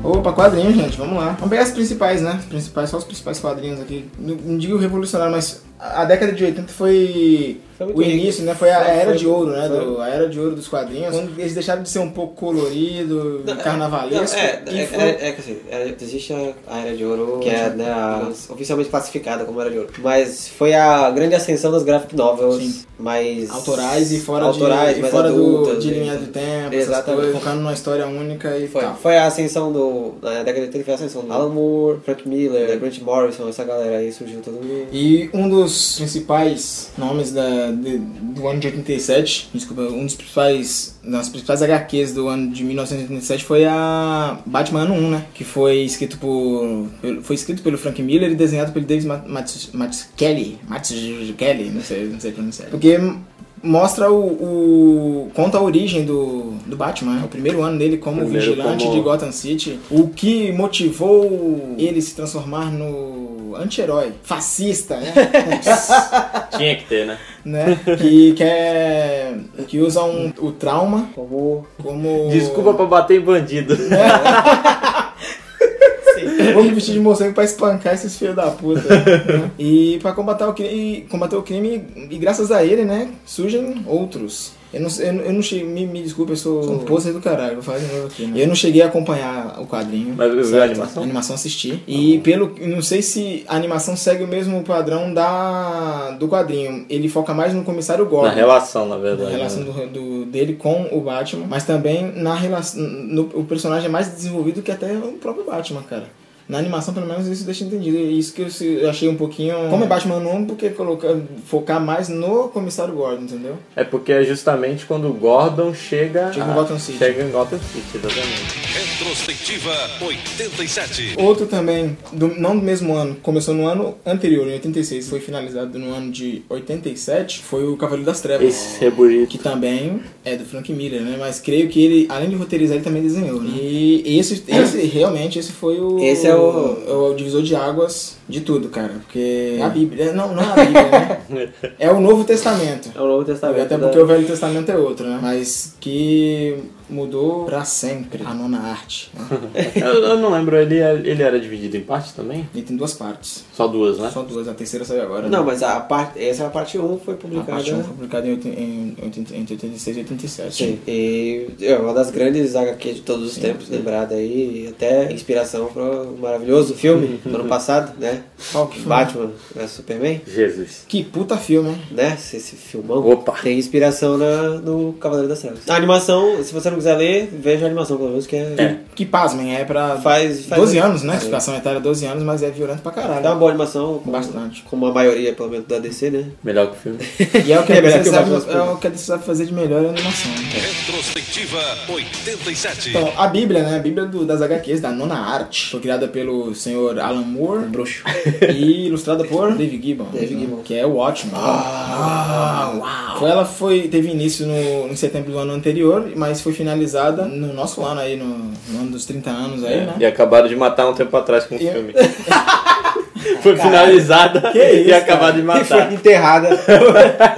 Opa, quadrinhos, gente, vamos lá. Vamos pegar as principais, né? As principais, só os principais quadrinhos aqui. Não, não digo revolucionário, mas a a década de 80 foi
Foi muito
O
rico.
início, né? Foi a
Foi-
era
foi-
de ouro, né?
foi.
do- a era de ouro dos quadrinhos. Quando eles deixaram de ser um pouco colorido,
Não, é-
carnavalesco.
não, é,
e
é,
foram-
é, é que assim, é, existe a, a Era de Ouro, que é né, a- oficialmente classificada como Era de Ouro. Mas foi a grande ascensão das graphic novels
Sim.
mais...
autorais e fora
autorais,
de, e
mais
fora
adultas,
do, de
né?
linha do tempo, Tá. essas
Exatamente.
coisas, focando numa história única e
Foi,
tal.
foi a ascensão do. Na década de 80 foi a ascensão do Alan Moore, Frank
É.
Miller, Grant Morrison, essa galera aí surgiu todo mundo.
E um dos principais nomes da, de- do ano de 87, desculpa, um dos principais, das principais HQs do ano de 1987 foi a Batman Ano 1, né? Que foi escrito por, pelo- foi escrito pelo Frank Miller e desenhado pelo David Matsukeli, Matsukeli, não sei, não sei pronunciar. Porque mostra o, o- conta a origem do, do Batman, né? o primeiro ano dele como
Primeiro
vigilante
como-
de Gotham City, o que motivou ele se transformar no anti-herói, fascista, né?
Tinha que ter, né?
né? Que quer que usa um, o trauma
Como.
como
Desculpa pra bater em bandido.
É. Vamos vestir um de morcego pra espancar esses filhos da puta. né? E pra combater o crime, combater o crime e graças a ele, né, surgem outros. Eu não, sei- eu, não- eu não cheguei, me, me desculpa, eu sou um poser do caralho, vou falar de novo aqui. né? Eu não cheguei a acompanhar o quadrinho.
É. Mas viu a
certo?
animação?
A animação assisti. E pelo. Não sei se a animação segue o mesmo padrão da do quadrinho. Ele foca mais no comissário Gordon.
Na relação, na
Na
verdade.
relação
né?
do, do- dele com o Batman, mas também na relação. No, o personagem é mais desenvolvido que até o próprio Batman, cara. Na animação, pelo menos, isso deixa entendido. E Isso que eu se- eu achei um pouquinho. Como é Batman 1, porque colocar, focar mais no comissário Gordon, entendeu?
É porque é justamente quando o Gordon chega.
Chega em
a-
Gotham City.
Chega em Gotham City, exatamente.
Retrospectiva 87.
Outro também, do- não do mesmo ano, começou no ano anterior, em 86, foi finalizado no ano de 87, foi o Cavaleiro das Trevas.
Esse é bonito.
Que também é do Frank Miller, né? Mas creio que ele, além de roteirizar, ele também desenhou, né? E esse, esse realmente, esse foi o...
Esse é o-
é o divisor de águas de tudo, cara. Porque a Bíblia... Não, não é a Bíblia, né? É o Novo um Testamento.
É o Novo Testamento.
Até
da-
porque o Velho Testamento é outro, né? Mas que mudou pra sempre a nona arte. né?
eu, eu não lembro, ele, é, ele era dividido em partes também?
Ele tem duas partes.
Só duas, né?
Só duas, a terceira saiu agora. né?
Não, mas a parte. Essa é a parte 1 foi
A
publicada.
parte 1 foi publicada em, oiten- em, oitenta- entre 86 e 87.
Sim. E é uma das grandes HQ de todos os
É.
tempos, lembrada aí, e até inspiração para o maravilhoso filme
Uhum.
do ano passado, né?
Qual que foi?
Batman vs Superman,
Jesus.
Que puta filme, hein?
né? Esse esse filmão.
Opa.
Tem inspiração na, no Cavaleiro das Trevas. A animação, se você não quiser ler, veja a animação, pelo menos, que é.
Que pasmem, é pra
Faz, faz
12 anos,
É.
né? Classificação etária 12 anos, mas é violento pra caralho.
Dá um- uma boa animação, como,
Bastante.
como a maioria, pelo menos, da DC, né?
Melhor que o filme.
E é o que,
É
a
melhor
DC
que o
sabe,
Batman.
é o que a DC sabe fazer de melhor é a animação.
Retrospectiva 87.
Então, a Bíblia, né? A Bíblia do- das HQs, da nona arte, foi criada pelo senhor Alan Moore, bruxo, e ilustrada por Dave Gibbon,
Dave Um Gibbon.
que é o ótimo. Ah, uau. Ela foi, teve início no, em setembro do ano anterior, mas foi finalizada no nosso ano aí, no, no ano dos 30 anos
É.
aí, né?
E acabaram de matar um tempo atrás com o
Eu-
filme. Foi finalizada
Que isso,
e acabaram de
E foi
matar.
enterrada.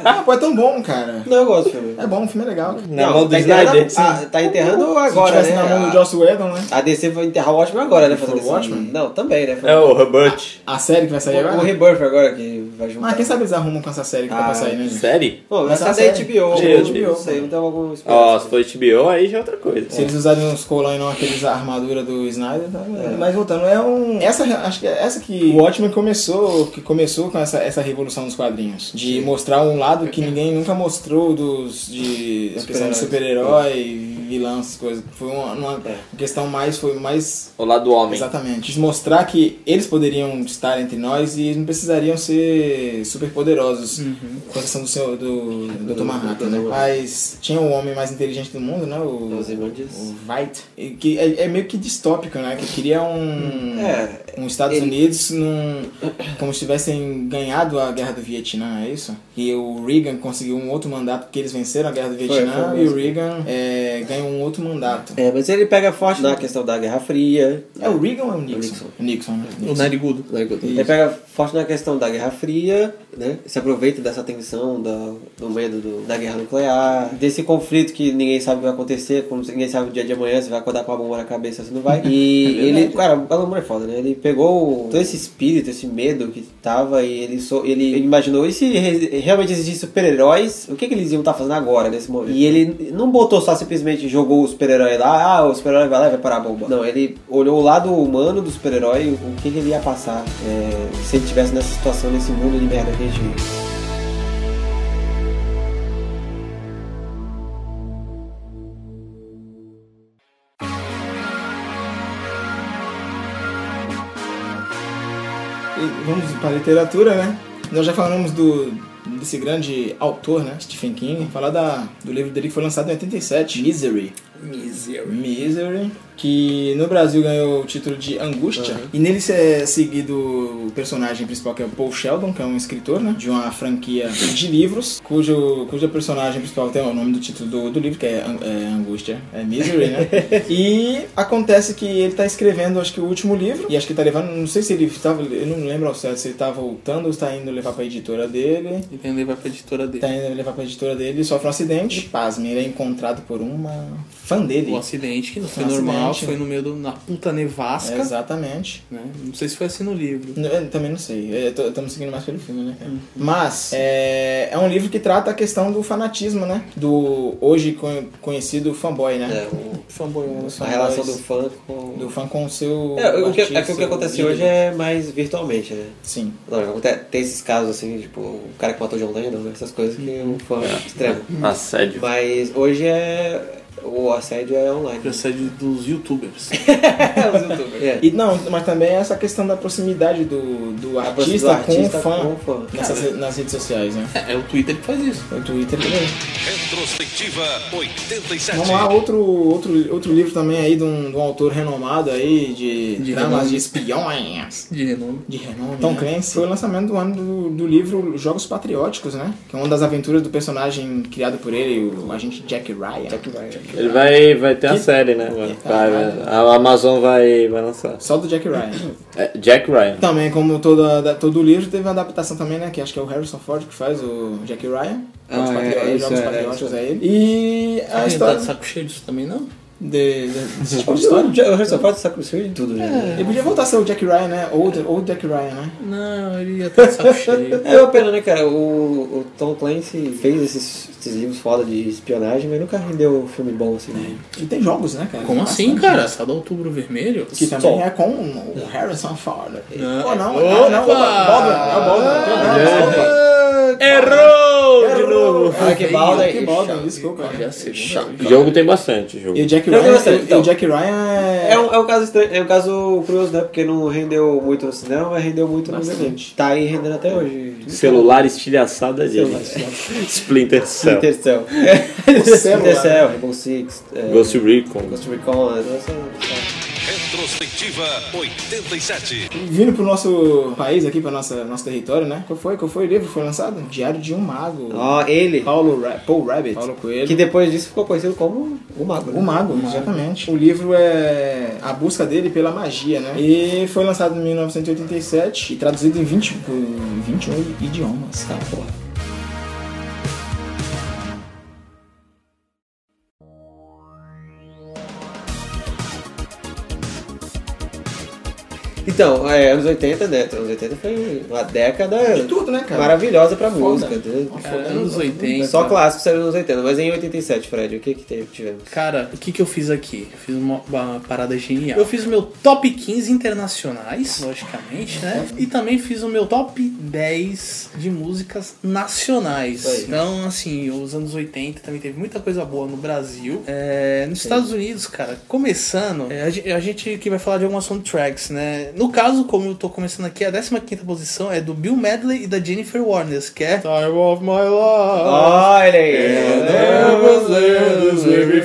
Ah, pô, é tão bom, cara.
não, eu gosto do filme.
É bom, o filme é legal. cara.
Na mão do
tá enterrando-
Snyder.
ah, tá enterrando agora,
Se tivesse
né?
na mão do
A-
Joss Whedon, né?
A DC vai enterrar o Watchmen agora, né? Fazendo
Foi o
esse-
Watchmen?
Não, também, né?
É o Robert.
A série que vai sair
o, o
agora?
Rebirth agora que vai juntar.
Ah, quem sabe eles arrumam com essa série que tá pra
Ah,
sair, né? gente?
Série?
Bom,
Mas
essa é
tá
da
sério.
HBO.
É,
Não
HBO.
sei, não tem
Ah,
alguma esperança.
Ó, se for HBO, aí já é outra coisa.
Se eles usarem uns colões não aqueles a armadura do Snyder, tá? Mas voltando, é um. Essa acho que é essa que. O Watchmen começou, que começou com essa, essa revolução dos quadrinhos. De mostrar um lado que ninguém nunca mostrou dos. de. a questão de super-herói, vilão, essas coisas. Foi uma, uma questão mais. Foi mais.
O lado do homem.
Exatamente. Quis mostrar que eles poderiam estar entre nós e eles não precisariam ser super poderosos. Com exceção do senhor do, do, Dr. Manhattan, né? Mas tinha o homem mais inteligente do mundo, né? O,
Os Imandias.
o White. E Que é, é meio que distópico, né? Que queria um.
É.
Um Estados
Ele-
Unidos num, como se tivessem ganhado a guerra do Vietnã, é isso? E o Reagan conseguiu um outro mandato porque eles venceram a guerra do Vietnã
foi
e
mesmo.
o Reagan é, ganhou um outro mandato.
É, mas ele pega forte na questão da Guerra Fria.
É o Reagan ou é o Nixon?
Nixon.
Nixon. né?
O narigudo.
Ele pega forte na questão da Guerra Fria né, se aproveita dessa tensão, da, do medo do- da guerra nuclear, desse conflito que ninguém sabe o que vai acontecer, como se- ninguém sabe o dia de amanhã, se vai acordar com a bomba na cabeça, se não vai. E ele, cara, o Alan Moore é foda, né? Ele pegou todo esse espírito, esse medo que tava e ele, só ele imaginou, e se re- realmente existissem super-heróis, o que, que eles iam estar fazendo agora, nesse momento? E ele não botou só simplesmente jogou o super-herói lá, ah, o super-herói vai lá e vai parar a bomba. Não, ele olhou o lado humano do super-herói, o que, que ele ia passar é, se ele estivesse nessa situação, nesse mundo de merda que a gente vive.
E Vamos para a literatura, né? Nós já falamos do, desse grande autor, né? Stephen King. Falar da, do livro dele que foi lançado em 87, Misery. Misery. Misery. Que no Brasil ganhou o título de Angústia. E nele se é seguido o personagem principal, que é o Paul Sheldon, que é um escritor, né? De uma franquia de livros, cujo, cuja personagem principal tem o nome do título do, do livro, que é, An- é Angústia. É Misery, né? e acontece que ele tá escrevendo, acho que o último livro, e acho que tá levando, não sei se ele tava, eu não lembro ao certo se ele tá voltando ou se tá indo levar pra editora dele.
E daí ele vai pra editora dele.
Tá indo levar pra editora dele, sofre um acidente. E, pasme, ele é encontrado por uma fã dele.
O acidente, que não foi
Um
normal,
acidente.
foi no meio do, na puta nevasca.
Exatamente.
né? Não sei se foi assim no livro.
N- Eu também não sei. Estamos seguindo mais pelo filme, né?
Uhum.
cara? Mas é, é um livro que trata a questão do fanatismo, né? Do hoje con- conhecido fanboy, né?
É, o-
Fanboy,
a relação do fã com.
do fã com o seu.
É, o que, é que
artista, um
o que acontece
ídolo.
hoje é mais virtualmente, né?
Sim.
Não, acontece- tem esses casos assim, tipo, o cara que matou John Lennon, né? essas coisas que é um fã extremo.
Assédio.
Mas hoje é. O assédio é online.
Procede dos youtubers.
É.
E não, mas também essa questão da proximidade do, do
A
artista,
É, do artista
com o fã,
com o fã.
Nessas, re- nas redes sociais, né?
É, é o Twitter que faz isso.
O Twitter também.
Retrospectiva 87.
Vamos lá, outro, outro, outro livro também aí de um, de um autor renomado aí de,
De
dramas
renome.
de espiões.
De renome.
de renome. Tom Clancy. Foi o lançamento do ano do, do livro Jogos Patrióticos, né? Que é uma das aventuras do personagem criado por ele, o agente Jack Ryan. Jack Ryan.
Ele vai, vai ter a série, né? mano? Vai, vai- a Amazon vai, vai lançar.
Só do Jack Ryan.
É, Jack Ryan.
também, como toda, da- todo o livro, teve uma adaptação também, né? Que acho que é o Harrison Ford que faz o Jack Ryan. Jogos,
Ah, é,
Patrió-
isso
Jogos
é,
Patrióticos é ele. E a
Ah, tá
história
de saco cheio disso também, não?
de, de- desse tipo
O
de história.
Harrison Ford saco cheio de tudo, né?
Ele podia voltar a ser o Jack Ryan, né? Ou o ou o Jack Ryan, né?
Não, ele ia ter de saco cheio.
É uma pena, né, cara? O, o Tom Clancy fez esses, esses livros foda de espionagem, mas nunca rendeu um filme bom assim.
E tem jogos, né, cara?
Como assim,
Bastante.
cara? Só do outubro vermelho?
Que
Só.
também é com o Harrison Ford.
É.
Não.
Ou não,
Opa!
não, não, Baldwin, é o Baldwin. É o Baldwin.
Errou! De novo.
Ah, que balda aí.
Que balda, desculpa.
Já sei.
Jogo tem bastante, jogo.
E o Jack
Eu
Ryan,
gostei,
o-
então.
o Jack Ryan é...
É um, é um caso estranho, é um caso curioso, né? Porque não rendeu muito no cinema, mas rendeu muito no
Bastante.
videogame. Tá aí rendendo até hoje.
Celular estilhaçado é dele.
Celular
Splinter Cell.
Splinter Cell.
celular.
Splinter Cell, Rainbow Six, é,
Ghost Recon.
Ghost Recon, essa-
Retrospectiva 87.
Vindo pro nosso país aqui, pro nosso, nosso território, né? Qual foi? Qual foi o livro que foi lançado? Diário de um Mago.
Ó, ele,
Paulo Ra Paul Rabbit. Paulo
que
Coelho.
depois disso ficou conhecido como o Mago. né?
O Mago, exatamente. O livro é a busca dele pela magia, né? E foi lançado em 1987 e traduzido em 20, por 21 idiomas, cara, porra.
Então, é, anos 80, né? Anos 80 foi uma década
De tudo, né, cara?
maravilhosa pra
Foda.
música. entendeu?
Cara, anos 80.
Só clássicos eram anos 80, mas em 87, Fred, o que que teve- tivemos?
Cara, o que, que eu fiz aqui? Eu fiz uma, uma parada genial. Eu fiz o meu top 15 internacionais, logicamente, né? E também fiz o meu top 10 de músicas nacionais.
Isso aí.
Então, assim, os anos 80 também teve muita coisa boa no Brasil. É, nos Estados Unidos, cara, começando, é, a gen- a gente que vai falar de algumas soundtracks, né? No caso, como eu tô começando aqui, a 15 posição é do Bill Medley e da Jennifer Warnes, que é Time of My Life.
Olha aí! né?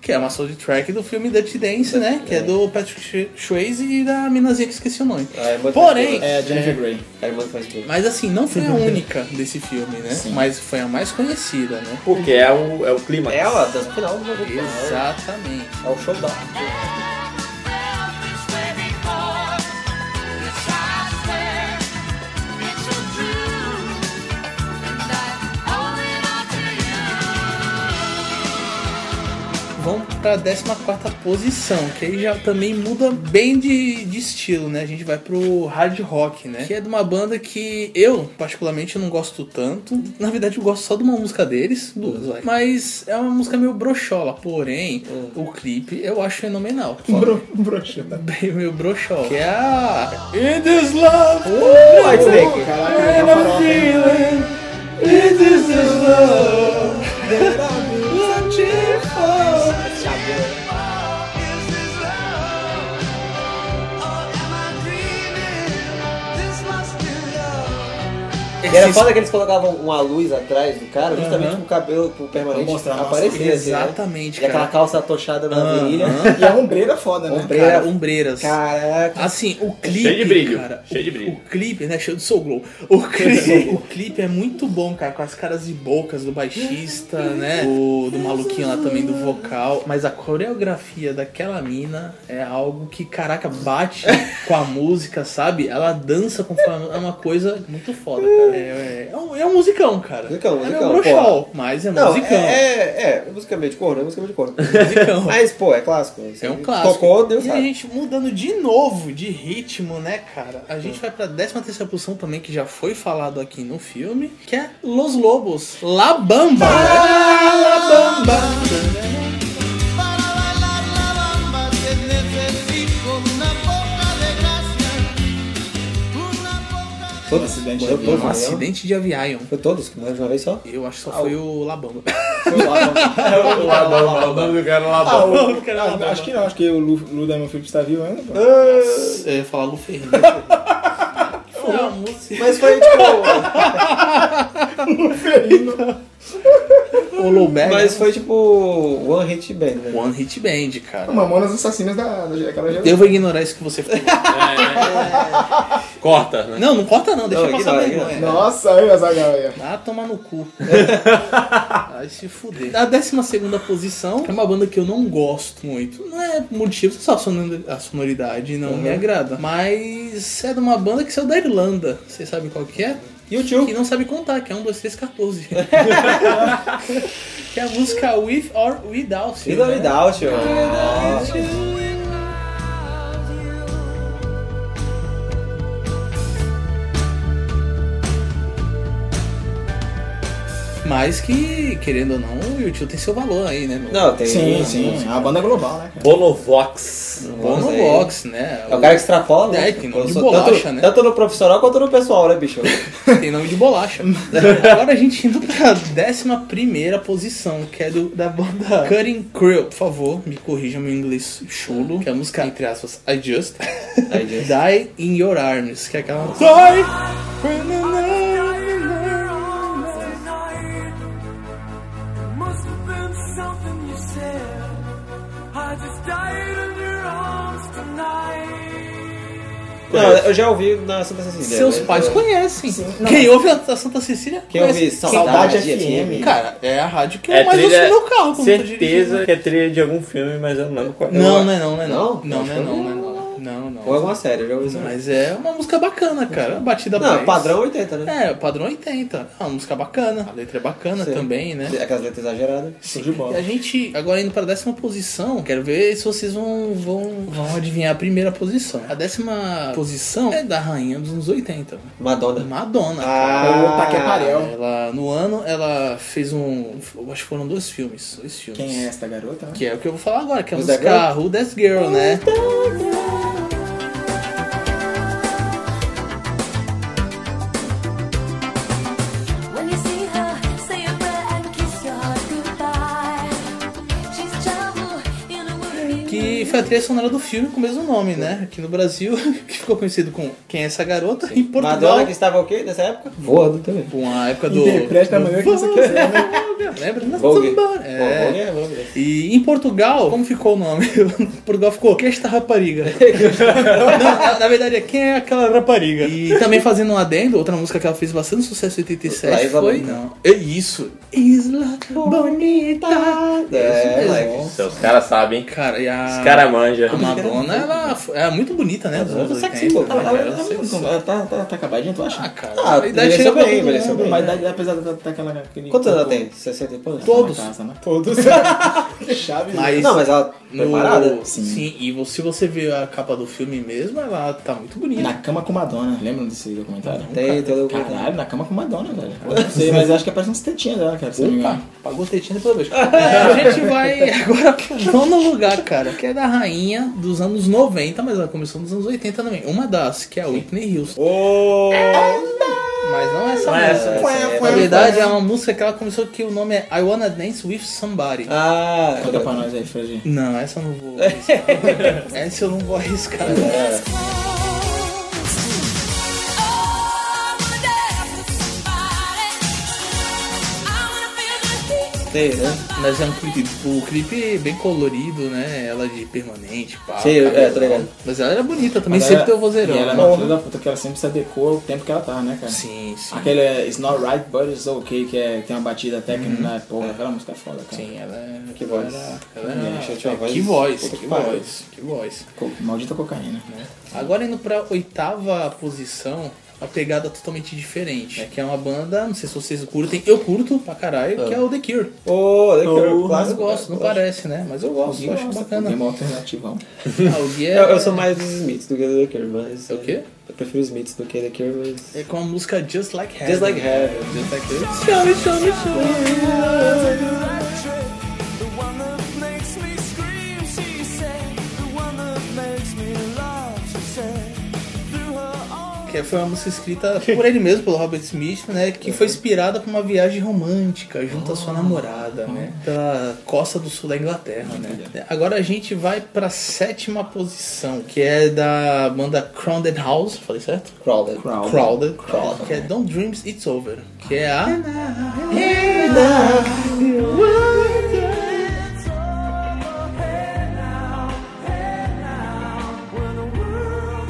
Que é uma soundtrack do filme Dirty Dance, né? Que é do Patrick Sh- Swayze e da minazinha que esqueci o nome.
Ah, é muito
Porém,
mais
É, Jennifer Grey.
boa. A irmã que faz tudo.
mas assim, não foi a única desse filme, né? Mas foi a mais conhecida, né?
Porque é o, é o clima.
Ela, dança final do jogo.
Exatamente.
É o show da.
It's a dream.
pra 14 posição, que aí já também muda bem de, de estilo, né? A gente vai pro hard rock, né? Que é de uma banda que eu, particularmente, não gosto tanto. Na verdade, eu gosto só de uma música deles, duas, vai. Mas é uma música meio broxola, porém, o clipe eu acho fenomenal.
Bro, broxa. tá?
Bem, meu broxola. Que é a. In this love!
White Snake.
Caraca, tá farofa, hein?
É
E era foda que eles colocavam uma luz atrás do cara, justamente pro cabelo, pro permanente
Pra mostrar a massa.
aparecer. Assim, né?
Exatamente,
E aquela
cara.
calça atochada na
Aham.
virilha.
E a ombreira é foda, né?
Ombreira.
Cara, ombreiras.
Caraca.
Assim, o clipe.
É Cheio de brilho,
Cara,
cheio
o,
de brilho.
O clipe, né? Cheio de Soul Glow. O clipe, o clipe é muito bom, cara. Com as caras e bocas do baixista, né? O, do maluquinho lá também do vocal. Mas a coreografia daquela mina é algo que, caraca, bate com a música, sabe? Ela dança com É uma coisa muito foda, cara. É, é, é um, é um musicão, cara.
Musicão,
É
musicão,
um broxol, mas é
Não,
musicão.
é, é, é, musicamente corno, é musicamente corno.
musicão.
Mas, pô, é clássico. Isso
É um
aí.
clássico.
Tocou, Deus
e a
sabe.
gente mudando de novo de ritmo, né, cara? A gente vai pra 13 terceira posição também, que já foi falado aqui no filme, que é Los Lobos. La Bamba!
Ah!
La Bamba!
Todos.
Acidente
morreu
de
todos,
Um
não
acidente de avião.
Foi todos que morreram de uma vez só?
Eu acho que só foi o La Bamba.
O nome do cara lá
Ah, o-
Cara,
ah,
não, não,
acho que não, acho que o Lu, Lu Diamond Phillips tá vivo ainda. pô.
Eu ia falar Lu Ferreira. né? Foi uma música.
Mas foi tipo.
O Lomberg.
mas foi tipo. One Hit Band, né?
One Hit Band, cara.
Mamonas assassinas da, da, daquela geração.
Eu vou ignorar isso que você falou. né?
Corta, né?
Não, não corta não, deixa
Não,
passar
ignora,
vergonha.
Nossa, aí, Azaghal, aí. ó.
Ah, toma no cu. Vai se fuder. A 12 posição é uma banda que eu não gosto muito. Não é por motivo, só a sonor- a sonoridade não me agrada. Mas é de uma banda que saiu da Irlanda. Vocês sabem qual que é?
YouTube.
Que não sabe contar, que é 1, 2, 3, 14. que é a música With or Without. You,
Vida
né?
Vidal, tio.
Mas que, querendo ou não, o YouTube tem seu valor aí, né? No,
Não, tem. um
Sim, sim. A banda global, né? cara?
Bonovox.
bom no
aí.
box, né?
É o cara que extrapola, né?
É, que nome de
Sou-
bolacha,
tanto,
né?
Tanto no profissional quanto no pessoal, né, bicho?
Tem nome de bolacha. Agora a gente indo pra 11 posição, que é do, da banda Cutting Crew. Por favor, me corrija meu inglês chulo. Que é a música, entre aspas, I Just.
I Just.
Die in Your Arms. Que é aquela. Die!
Não, eu já ouvi na Santa Cecília.
Seus
né?
pais conhecem. Quem ouve a a Santa Cecília?
Quem ouvi
conhece.
Saudade
Saudade
FM.
FM.
Cara, é a rádio que eu
É
mais
trilha-
ouço no meu carro. quando tô dirigindo.
Certeza que é trilha de algum filme, mas eu não lembro qual.
né? Não, não é não, não é não.
Não?
Não, não é
Acho
não,
que
não é não. Não, não.
Ou é alguma série, eu já ouvi isso.
Mas é uma música bacana, cara. Batida
Não,
pra
padrão 80, né?
É, o padrão 80. É uma música bacana. A letra é bacana
Sim.
também, né?
Aquelas letras exageradas.
Show de
E
bola.
a gente, agora indo pra décima posição, quero ver se vocês vão, vão, vão adivinhar a primeira posição. A décima posição é da rainha dos anos 80.
Madonna.
Madonna.
Ah,
O é
cara.
Taqueparel.
Ela, no ano, ela fez um. eu Acho que foram dois filmes. Dois filmes.
Quem é esta garota?
Que é o que eu vou falar agora, que é a
Who's That
música Who That Girl, né?
When you see her, say a prayer and kiss your heart goodbye. She's trouble in a world.
Que foi a trilha sonora do filme com o mesmo nome, né? Aqui no Brasil, que ficou conhecido com Quem é essa garota? Em Portugal,
Madonna que estava o quê nessa época? Voando também.
com a época do.
Interprete da
do-
maneira que você quiser, né?
é, Lembra?
Vogue. Pô, Vogue
É.
é maravilhoso.
E em Portugal, como ficou o nome? Portugal ficou Quem é esta rapariga? Não, na, na verdade, é quem é aquela rapariga? E também fazendo um adendo, outra música que ela fez bastante sucesso em 87
Lá Isla
foi.
Bonita.
Não. É isso. Isla Bonita.
É, moleque.
Nossa, os caras sabem, hein?
Cara, e a.
Os caras manjam.
A Madonna, ela f- é muito bonita, né? Dos
Madonna é
anos
sex
80,
symbol.
né?
Ela- ela- ela tá- tá- Tá acabadinha, tu acha?
Ah, cara.
Ah,
a idade
envelheceu
chega pra
bem,
todo
envelheceu
mundo,
bem.
né?
Mas dá- apesar de estar aquela. aquele-
Quantos anos ela tem? Se- 60 e poucos?
Todos.
Casa, né?
Todos.
Chave.
Mas
Não, mas ela
no-
preparada.
Sim. e vo- se você ver a capa do filme mesmo, ela tá muito bonita.
Na cama com Madonna, lembram desse documentário?
Tem, tem o documentário.
Caralho, na cama com Madonna, velho. Eu não sei, mas acho que aparece uns tetinhas dela, cara, se não me engano.
Pagou tetinha depois eu vejo. É, A gente vai agora pro nono lugar, cara, que é da rainha dos anos 90, mas ela começou nos anos 80 também. Uma das, que é a Whitney Houston. Mas não é essa
Não é essa,
música.
essa é-
Na verdade, é uma música que ela começou que o nome é I Wanna Dance With Somebody.
Ah,
é
Conta pra nós aí, Fred.
Não, essa eu não vou arriscar. essa eu não vou arriscar.
Oh,
sei, né?
Mas é um clipe, o clipe é bem colorido, né? Ela de permanente, pá.
Sim, é,
cabelão.
tá ligado.
Mas ela era bonita também,
Mas
sempre
ela-
teve vozeirão.
E ela é
né?
uma filha da puta que ela sempre se adequou ao tempo que ela tá, né, cara?
Sim, sim.
Aquele é It's Not Right, But It's Okay, que é, tem uma batida técnica, né? Porra, aquela música é foda, cara.
Uhum. Sim, ela é.
Que voz.
Ela,
Deixa eu tirar a
ela é...
voz.
Que voz,
Puta
que
que pariu.
voz, que voz.
Co- Maldita cocaína. né?
Agora indo pra oitava posição, a pegada totalmente diferente. né? Que é uma banda, não sei se vocês curtem, eu curto pra caralho,
Ah.
que é o The Cure.
Ô, The Cure,
Mas eu
clássico.
gosto, não parece, né? Mas eu gosto, eu acho bacana.
Tem uma alternativa.
Ah, o Gui é-
Eu, eu sou mais dos Smiths do que do The Cure, mas...
É o quê?
Eu prefiro os Smiths do que The Cure, mas...
É com a música Just Like Heaven.
Just Like Heaven.
É, né? Just Like Heaven. Show me, show me, show me. Que foi uma música escrita por ele mesmo, pelo Robert Smith, né? Que foi inspirada por uma viagem romântica junto à sua namorada, né? Pela costa do sul da Inglaterra, né? Agora a gente vai pra sétima posição, que é da banda Crowded House, falei certo?
Crowded.
Crowd.
Crowded, Crowded, que é Don't Dreams It's Over, que é a.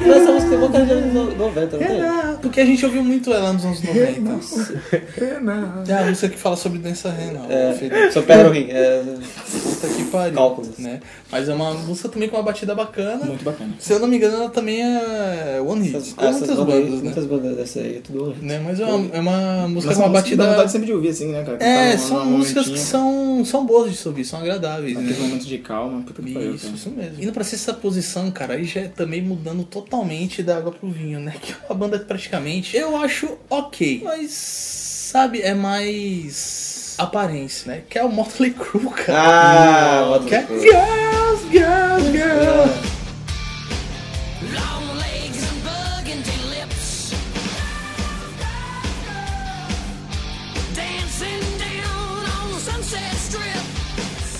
Mas essa música tem uma cara de anos no- 90,
É,
não tem?
Porque a gente ouviu muito ela nos anos 90. É a música que fala sobre doença renal.
É,
Felipe.
só pega o rim. É,
Puta que pariu.
Cálculos.
Né? Mas é uma música também com uma batida bacana.
Muito bacana.
Se eu não me engano, ela também é One Hit.
essas,
Como
essas
muitas
bandas,
bandas, né?
muitas bandas dessa aí, é tudo horrível.
Né? Mas é uma, é uma música
Mas
com
são
uma
músicas que dá
batida.
vontade sempre de ouvir, assim, né, cara? Que tá
É,
num-
são
num
músicas que
momentinho,
são, são boas de se ouvir, são agradáveis, né?
Naquele momento de calma, puta que pariu,
Isso,
cara.
isso mesmo. Indo pra sexta posição, cara, aí já é também mudando totalmente da água pro vinho, né? Que é uma banda que praticamente eu acho ok, mas sabe, é mais aparência, né? Que é o Motley Crue, cara.
Ah, bota
que é
no cu.
Girls, Girls, Girls.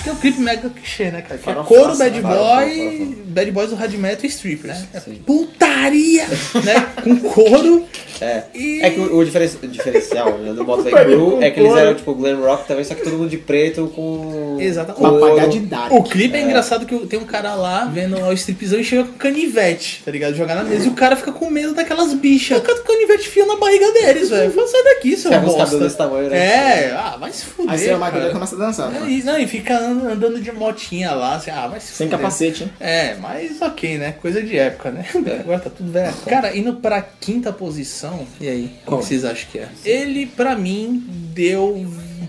Que é um clipe mega clichê, né, cara? Que é
Farofaço,
couro, bad
né?
boy, bad boys do hard metal e stripper, né? É putaria, né? Com couro.
É.
E-
É que o, o diferen- o diferencial né, do Motley Crue é que eles eram tipo glam rock também, só que todo mundo de preto com.
Exato.
com
Papagaio de idade.
O clipe é, engraçado que tem um cara lá vendo lá o stripzão e chega com canivete, tá ligado? Jogar na mesa. E o cara fica com medo daquelas bichas. O cara com canivete fia na barriga deles, velho. Fala, sai daqui, seu
Se a música
bosta.
é desse tamanho, né?
É, ah, vai se fuder.
Aí você é uma
cara.
e começa a dançar.
É
cara.
isso, não, e fica an- andando de motinha lá, assim, ah, vai se
Sem
fuder.
capacete, hein?
É, mas ok, né? Coisa de época, né? Agora tá tudo velho. Cara, indo pra quinta posição, e aí? O que
Qual?
que vocês acham que é? Ele, pra mim, deu um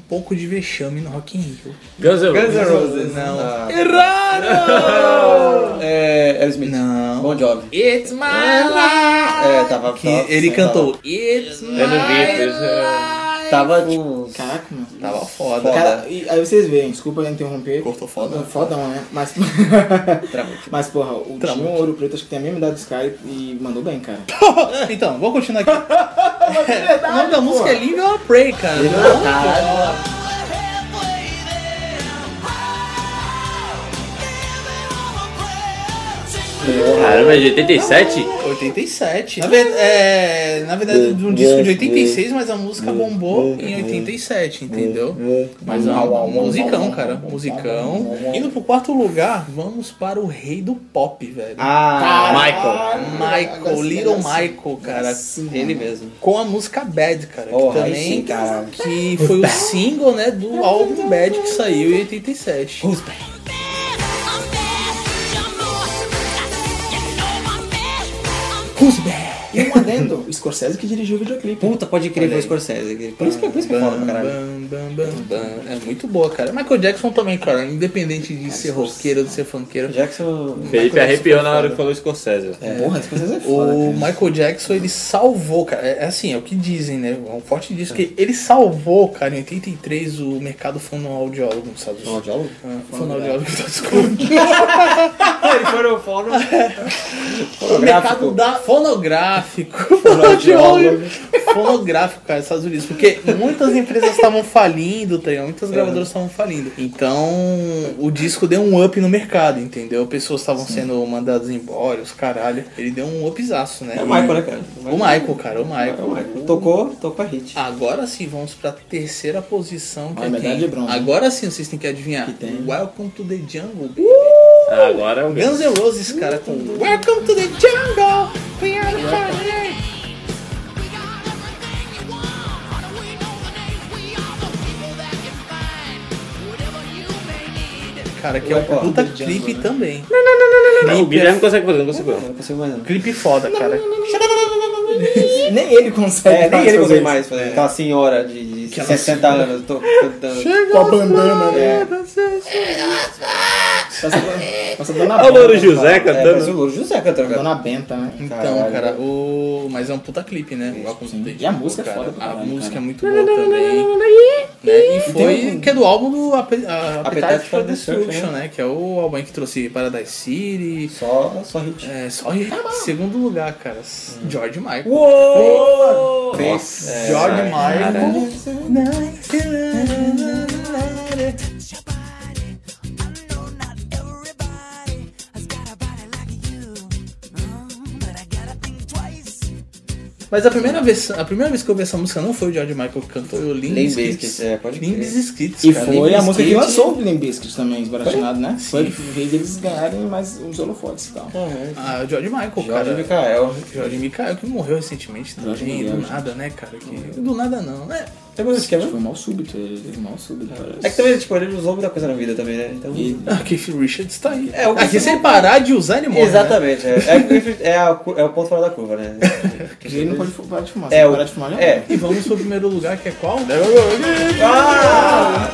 pouco de vexame no Rock in Rio.
Guns N'
Guns
Roses.
N' Roses.
Não.
Ah,
Erraram!
É. Aerosmith.
Não.
Bon Jovi.
It's my life!
É, tava.
Que
tava-
ele
tava-
cantou It's my
Eu não vi, pois é.
Tava tipo, com uns.
Caraca, mano.
Tava foda. né?
Cara, e aí vocês veem, desculpa interromper.
Cortou foda.
Fodão, né? Mas. Mas, porra, o
Travou.
Timon Ouro Preto acho que tem a mesma idade do Sky e mandou bem, cara.
Então, vou continuar aqui. o nome da música é Live or Pray, cara. Não,
Oh, Oh,
Caramba, é de 87?
87. Na, ver- é, na verdade, de um disco de 86, mas a música bombou em 87, entendeu? Mas é um musicão, cara. Musicão. Indo pro quarto lugar, vamos para o rei do pop, velho.
Ah,
Michael.
Michael, Little Michael, cara.
ele mesmo.
Com a música Bad, cara.
Porra,
que
aí
também.
sim, caralho.
que foi o single, né, do álbum Bad que saiu em 87.
I'm bad, you're more. You know I'm bad, I'm
Who's Bad?
E uma Brandon, o Scorsese que dirigiu o videoclipe.
Puta, pode crer que
Olha
foi o
aí.
Scorsese. Por isso que, por isso que é foda pra caralho.
Bam, bam, bam, bam. É muito boa, cara. Michael Jackson também, cara. Independente de ser roqueiro ou de ser funkeiro.
Jackson.
Felipe arrepiou na hora que falou Scorsese.
Porra, esse Scorsese é foda.
O
cara.
Michael Jackson, ele salvou, cara. É é assim, é o que dizem, né? É um forte disso que ele salvou, cara, em 83 o mercado fonoaudiólogo nos Estados Unidos.
Fonoaudiólogo?
É, Fonoaudiólogo, desculpa.
Ele foi no fono.
O mercado da fonográfico. Fonoaudiólogo. fonográfico, cara, nos Estados Unidos. Porque muitas empresas estavam falindo, tá ligado? Muitas gravadoras estavam falindo. Então, o disco deu um up no mercado, entendeu? Pessoas estavam sendo mandadas embora, os caralho. Ele deu um upzaço, né?
É o Michael, né, cara?
O Michael, cara,
É
o Michael.
o Michael. Tocou, tocou a hit.
Agora sim, vamos pra terceira posição. Que
Ah,
é
medalha
quem?
de bronze.
Agora sim, vocês têm que adivinhar.
Que tem.
Welcome to the Jungle.
Agora é o
uh! Guns N' Roses, cara, com Welcome to the Jungle. We are the family. Cara, que é um
Welcome
puta
to the Jungle,
clipe
né?
também.
Não, o Guilherme consegue fazer, não consigo.
Eu não consigo mais não.
Clipe foda, cara.
Nem ele consegue.
É, nem
fazer
ele
isso.
consegue mais fazer. Aquela senhora de, de 60 anos tô cantando. É,
Com a é bandana, né? Passa a Dona
Olha o Louro
Benta,
José
cara.
É,
cantando.
parece o Louro José cantando. cara.
Dona Benta, né?
Então,
Caralho.
cara, o... mas é um puta clipe, né? Welcome to the
E a música é
Jungle,
foda pra
cara. A
caralho,
música
cara. um-
é muito boa também. né? E foi que é do álbum do Ape- a- Appetite for Destruction, né? Que é o álbum aí que trouxe Paradise City.
Só, só hit.
É, só em
Tá
segundo lugar, cara. S-
Hum.
George Michael.
Fez. É,
George Michael.
Mm,
Mas a primeira vez, a primeira vez que eu vi essa música não foi o George Michael que cantou, eu Limp
Limp
Bizkit.
Bizkit, é, pode crer.
Limp Bizkit,
E
cara.
foi a música que
Bizkit.
lançou o Limp Bizkit também, esbaratinado, né? Foi o que fez eles ganharem mais uns holofotes e tal.
É.
Ah, o George Michael, cara.
Jorge Micael.
Jorge Michael, que morreu recentemente também,
Jorge Michael,
do
gente.
nada, né, cara? Que... Do nada não, né?
É bom esse esquema.
Foi mal súbito, ele teve mal súbito, parece.
É que também, tipo, ele usou muita coisa na vida também, né? Então.
Ah, Keith Richards tá aí.
É, o
Aqui
Keith-
sem parar de usar ele morre, né?
Exatamente, é, é, que o Clifford- é, a cu- é o ponto fora da curva, né?
Ele não pode fu- parar de fumar. Se
É,
ele
o,
parar de fumar, já
é.
E vamos pro primeiro lugar, que é qual?
Ah!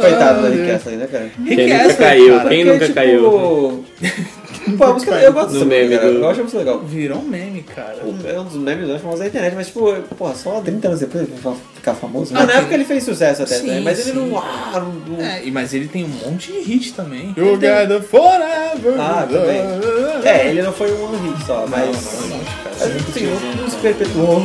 Coitado da Rick Astley, né, cara?
Quem
Que é
nunca
essa,
caiu?
cara?
Quem
Porque,
nunca
tipo,
caiu?
Pô, a música, eu gosto
No
dessa
meme
música, cara.
do-
Eu acho a música legal.
Virou um meme, cara.
É um dos memes mais famosos da internet, mas tipo, porra, só 30 anos depois ele vai ficar famoso. né? Não, na época ele fez sucesso até,
Sim,
né? mas ele
sim.
não. Ah, não, não-
É, e- mas ele tem um monte de hit também. um Together Forever.
Ah, também.
ah.
É, ele não foi um hit só, mas. mas sim, não, não se perpetuou.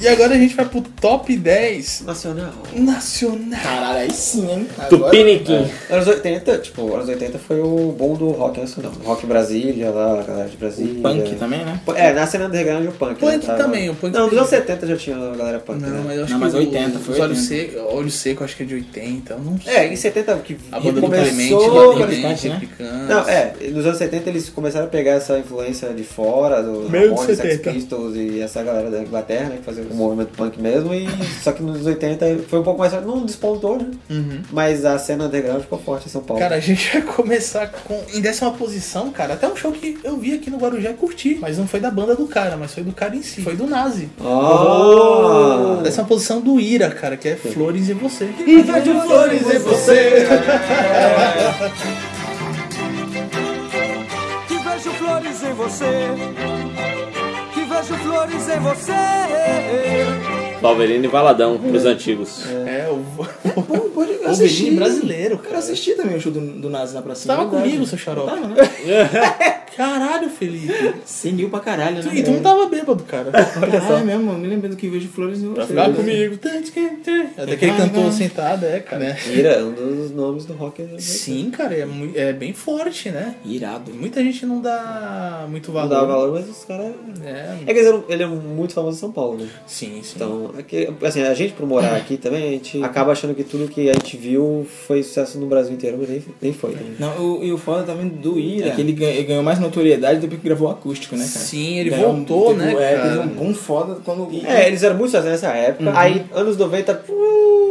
E agora a gente vai pro top 10
Nacional.
nacional.
Caralho, aí sim, um hein? Agora-
Tupiniquim.
Anos 80, tipo, anos 80 foi o bom do rock nacional. Rock Brasília, lá, a galera de Brasília.
Punk também, né?
Pô, É, na cena underground o punk. né,
Punk também, o punk
Não, nos
tem-
anos 70 já tinha a galera punk.
Não,
né?
mas eu acho
Não,
que
mas
o-
80,
os
foi
Olhos
80.
Seco, Olho Seco, acho que é de 80, eu não sei.
É, em 70 que
A banda do Clemente,
começou.
do
eles-
Clemente,
né?
Picante.
Não, é, nos anos 70 eles começaram a pegar essa influência de fora, do
Meio
Ramones, Sex
70.
Pistols e essa galera da Inglaterra, né, que fazia o movimento punk mesmo, e só que nos anos 80 foi um pouco mais. Não despontou, né?
Uhum.
Mas a cena underground ficou forte em São Paulo.
Cara, a gente vai começar com. Em décima posição, cara, até um show que eu vi aqui no Guarujá e curti. Mas não foi da banda do cara, mas foi do cara em si. Foi do Nazi. Oh.
Ah!
Décima posição do Ira, cara, que é Flores e Você.
flores
Que
em você!
vejo flores em você. Que vejo flores em você.
Valverino e Valadão, pros antigos.
É, o.
Pô, pode
O
assistir.
Benin brasileiro, cara.
Eu assisti também o show do, do Nazi na pracinha. é
Tava
verdade.
comigo, seu xarope.
Tava, né?
Caralho, Felipe.
Senil pra caralho, né?
E tu não tava bêbado, cara. Olha
Ah, é
só.
mesmo, eu me lembrei do que vejo flores no
Pra ficar Tá comigo. Até que ele cantou sentado, é,
Né?
cara.
Ira, um dos nomes do rock. né?
Sim, cara, é, mui- é bem forte, né?
Irado.
Muita gente não dá muito
Não
valor.
dá valor, mas os caras. É
É,
que eles eram- ele é muito famoso em São Paulo, né?
sim, sim.
Então, aqui, assim, a gente por morar aqui também, a
Uhum.
gente acaba achando que tudo que a gente viu foi sucesso no Brasil inteiro, mas nem, nem foi. Né?
Não, o, e o foda também do Ira. É que ele ganhou, ele ganhou mais notoriedade depois que gravou o acústico, né, cara?
Sim, ele
Ganhou-
voltou,
teve,
né,
É,
cara?
teve um boom foda quando. e-
É, eles eram muito sucesso nessa época. Aí, anos 90, pum,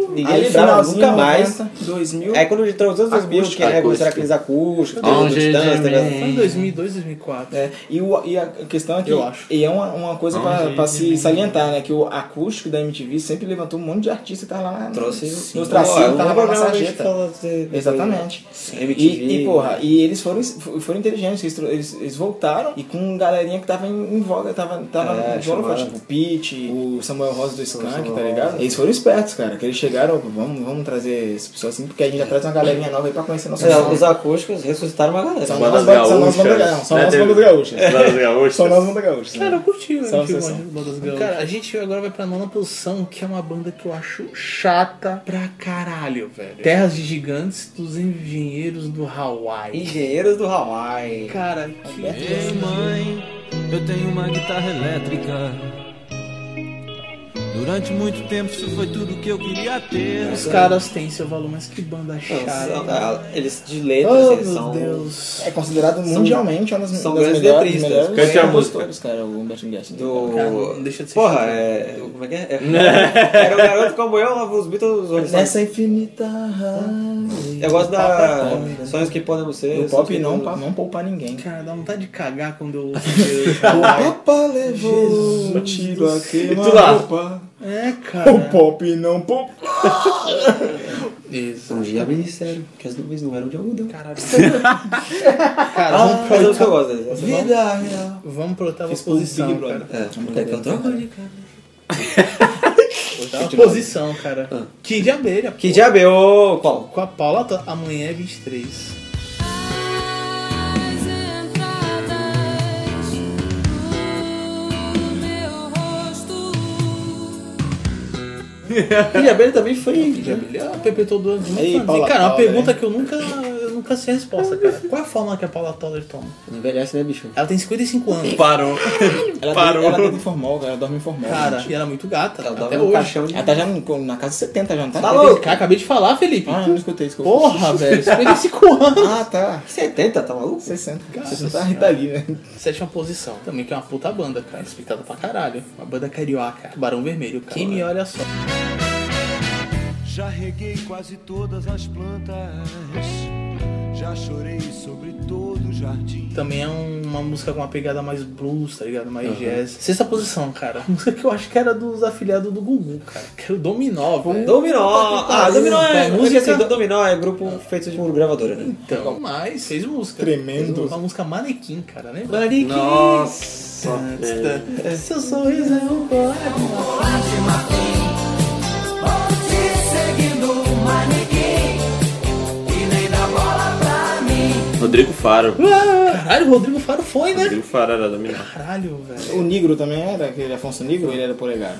ninguém
aí,
lembrava
finalzinho,
nunca mais. É.
90, 2000.
Aí quando entrou os anos 2000, que
Acústica,
é, começaram
acústica.
aqueles acústicos, teve o
Longe
Dance,
de
Dance,
mim.
teve-
Foi em 2002, 2004.
É, e, o- e a questão é que.
Eu acho.
E é uma, uma coisa pra, pra se salientar, né? Que o acústico da MTV sempre levantou um monte de artista que tava lá na,
Trouxe
nos
Pô, é um
tracinhos, tava lá na
programa que a gente
sarjeta.
fala de- de-
Exatamente.
MTV.
E, e, porra, e eles foram, foram inteligentes, eles, tro- eles, eles voltaram e com galerinha que tava em, em voga, tava, tava
É,
em holofote,
chamaram.
tipo o Pete, o Samuel Rosa do Skank,
Samuel
tá ligado?
Rosa.
Eles foram espertos, cara, que eles chegaram, vamos, vamos trazer esse pessoal assim, porque a gente já traz uma galerinha nova aí pra conhecer nossa
É,
música.
os acústicos ressuscitaram uma galera.
São
Mas-
nós
Bandas
bandas- são nós bandas
gaúchas,
gaúchas. São
né?
nós
Teve-
bandas gaúchas.
Bandas gaúchas.
São nós bandas gaúchas. né?
Cara, eu curti o
São
MTV
são, são.
Bandas Gaúchas. Cara, a gente agora vai pra nona posição, que é uma banda que eu acho chata pra caralho, velho. Terras de Gigantes dos Engenheiros do Hawaii.
Engenheiros do Hawaii.
Cara, que.
Ei, mãe, eu tenho uma guitarra elétrica. Durante muito tempo isso foi tudo que eu queria ter.
Os caras têm seu valor, mas que banda
Não, são-
chata.
ah, eles de letra,
Oh,
assim,
meu
são.
Deus.
É considerado mundialmente uma das,
são
das
grandes
melhores,
letristas.
melhores
Cante a música.
compositores, cara, o Humberto Guest. né?
Do.
Cara, não deixa de ser
Porra,
chato.
é. Como é que é? É- Era um garoto como eu, os Beatles. Os Nessa...
Nessa infinita raia.
Eu gosto da. Sonhos que podemos ser.
O
sonhos
pop
que
não,
podemos-
não poupar ninguém.
Cara, dá vontade de cagar quando eu ouço Engenheiros do
Tá.
Hawaii.
Papa levou um tiro a
E tu lá?
queima-roupa.
É, cara.
O pop não poupa.
Isso.
Um dia me disseram que as nuvens não eram de algodão.
Caralho. cara, vamos,
Mas é o que eu
pra,
gosto. né? Essa banda-
real.
vamos pra oitava
Fiz pro Big
posição, cara.
Brother.
É, é que eu troco de cara.
Oitava posição, cara.
Ah.
Kid Abelha.
Que diabo é ô, qual?
Com a Paula, Todd. amanhã é 23.
As entradas do meu rosto.
Que diabo ele também foi.
Kid Abelha perpetuou duas muito
né? Aí,
fãs. E,
Paula
cara, uma
Toller. né?
pergunta que eu nunca, eu nunca sei a resposta, cara. Qual é a forma que a Paula Toller toma?
Não envelhece, né, bicho?
Ela tem 55 anos.
Parou.
Ela
Parou.
Parou. Ela deita informal, cara. Ela dorme informal.
Cara,
gente.
e ela é muito gata.
Ela
até
dorme
hoje.
no caixão de.
Ela tá já no- na casa de 70 já, não tá?
Tá louco?
Cara, acabei de falar, Felipe.
Ah, não escutei, desculpa.
Porra, velho. 55 anos.
Ah, tá.
70, tá maluco?
60. Cara, você tá Rita Lee, né?
Sétima posição. Também que é uma puta banda, cara. Respeitada pra caralho. Uma banda carioca. Tubarão Vermelho, cara. Quem me olha só.
Já reguei quase todas as plantas. Já chorei sobre todo o jardim.
Também é um- uma música com uma pegada mais blues, tá ligado? Mais jazz. Sexta posição, cara. Música que eu acho que era dos afiliados do Gugu, cara. Que é o Dominó, velho.
Dominó! Ah, Dominó é.
Cara,
Música
música-
assim, Dominó é grupo feito de por gravadora, né?
Então, mas fez música.
Tremendo.
Fez Uma música manequim, cara, né?
Nossa.
É. Seu sorriso é um poema.
Rodrigo Faro.
Ah! Caralho, o Rodrigo Faro foi, né?
Rodrigo Faro era dominado.
Caralho, velho.
O Negro também era, aquele Afonso Negro, ou ele era polegar.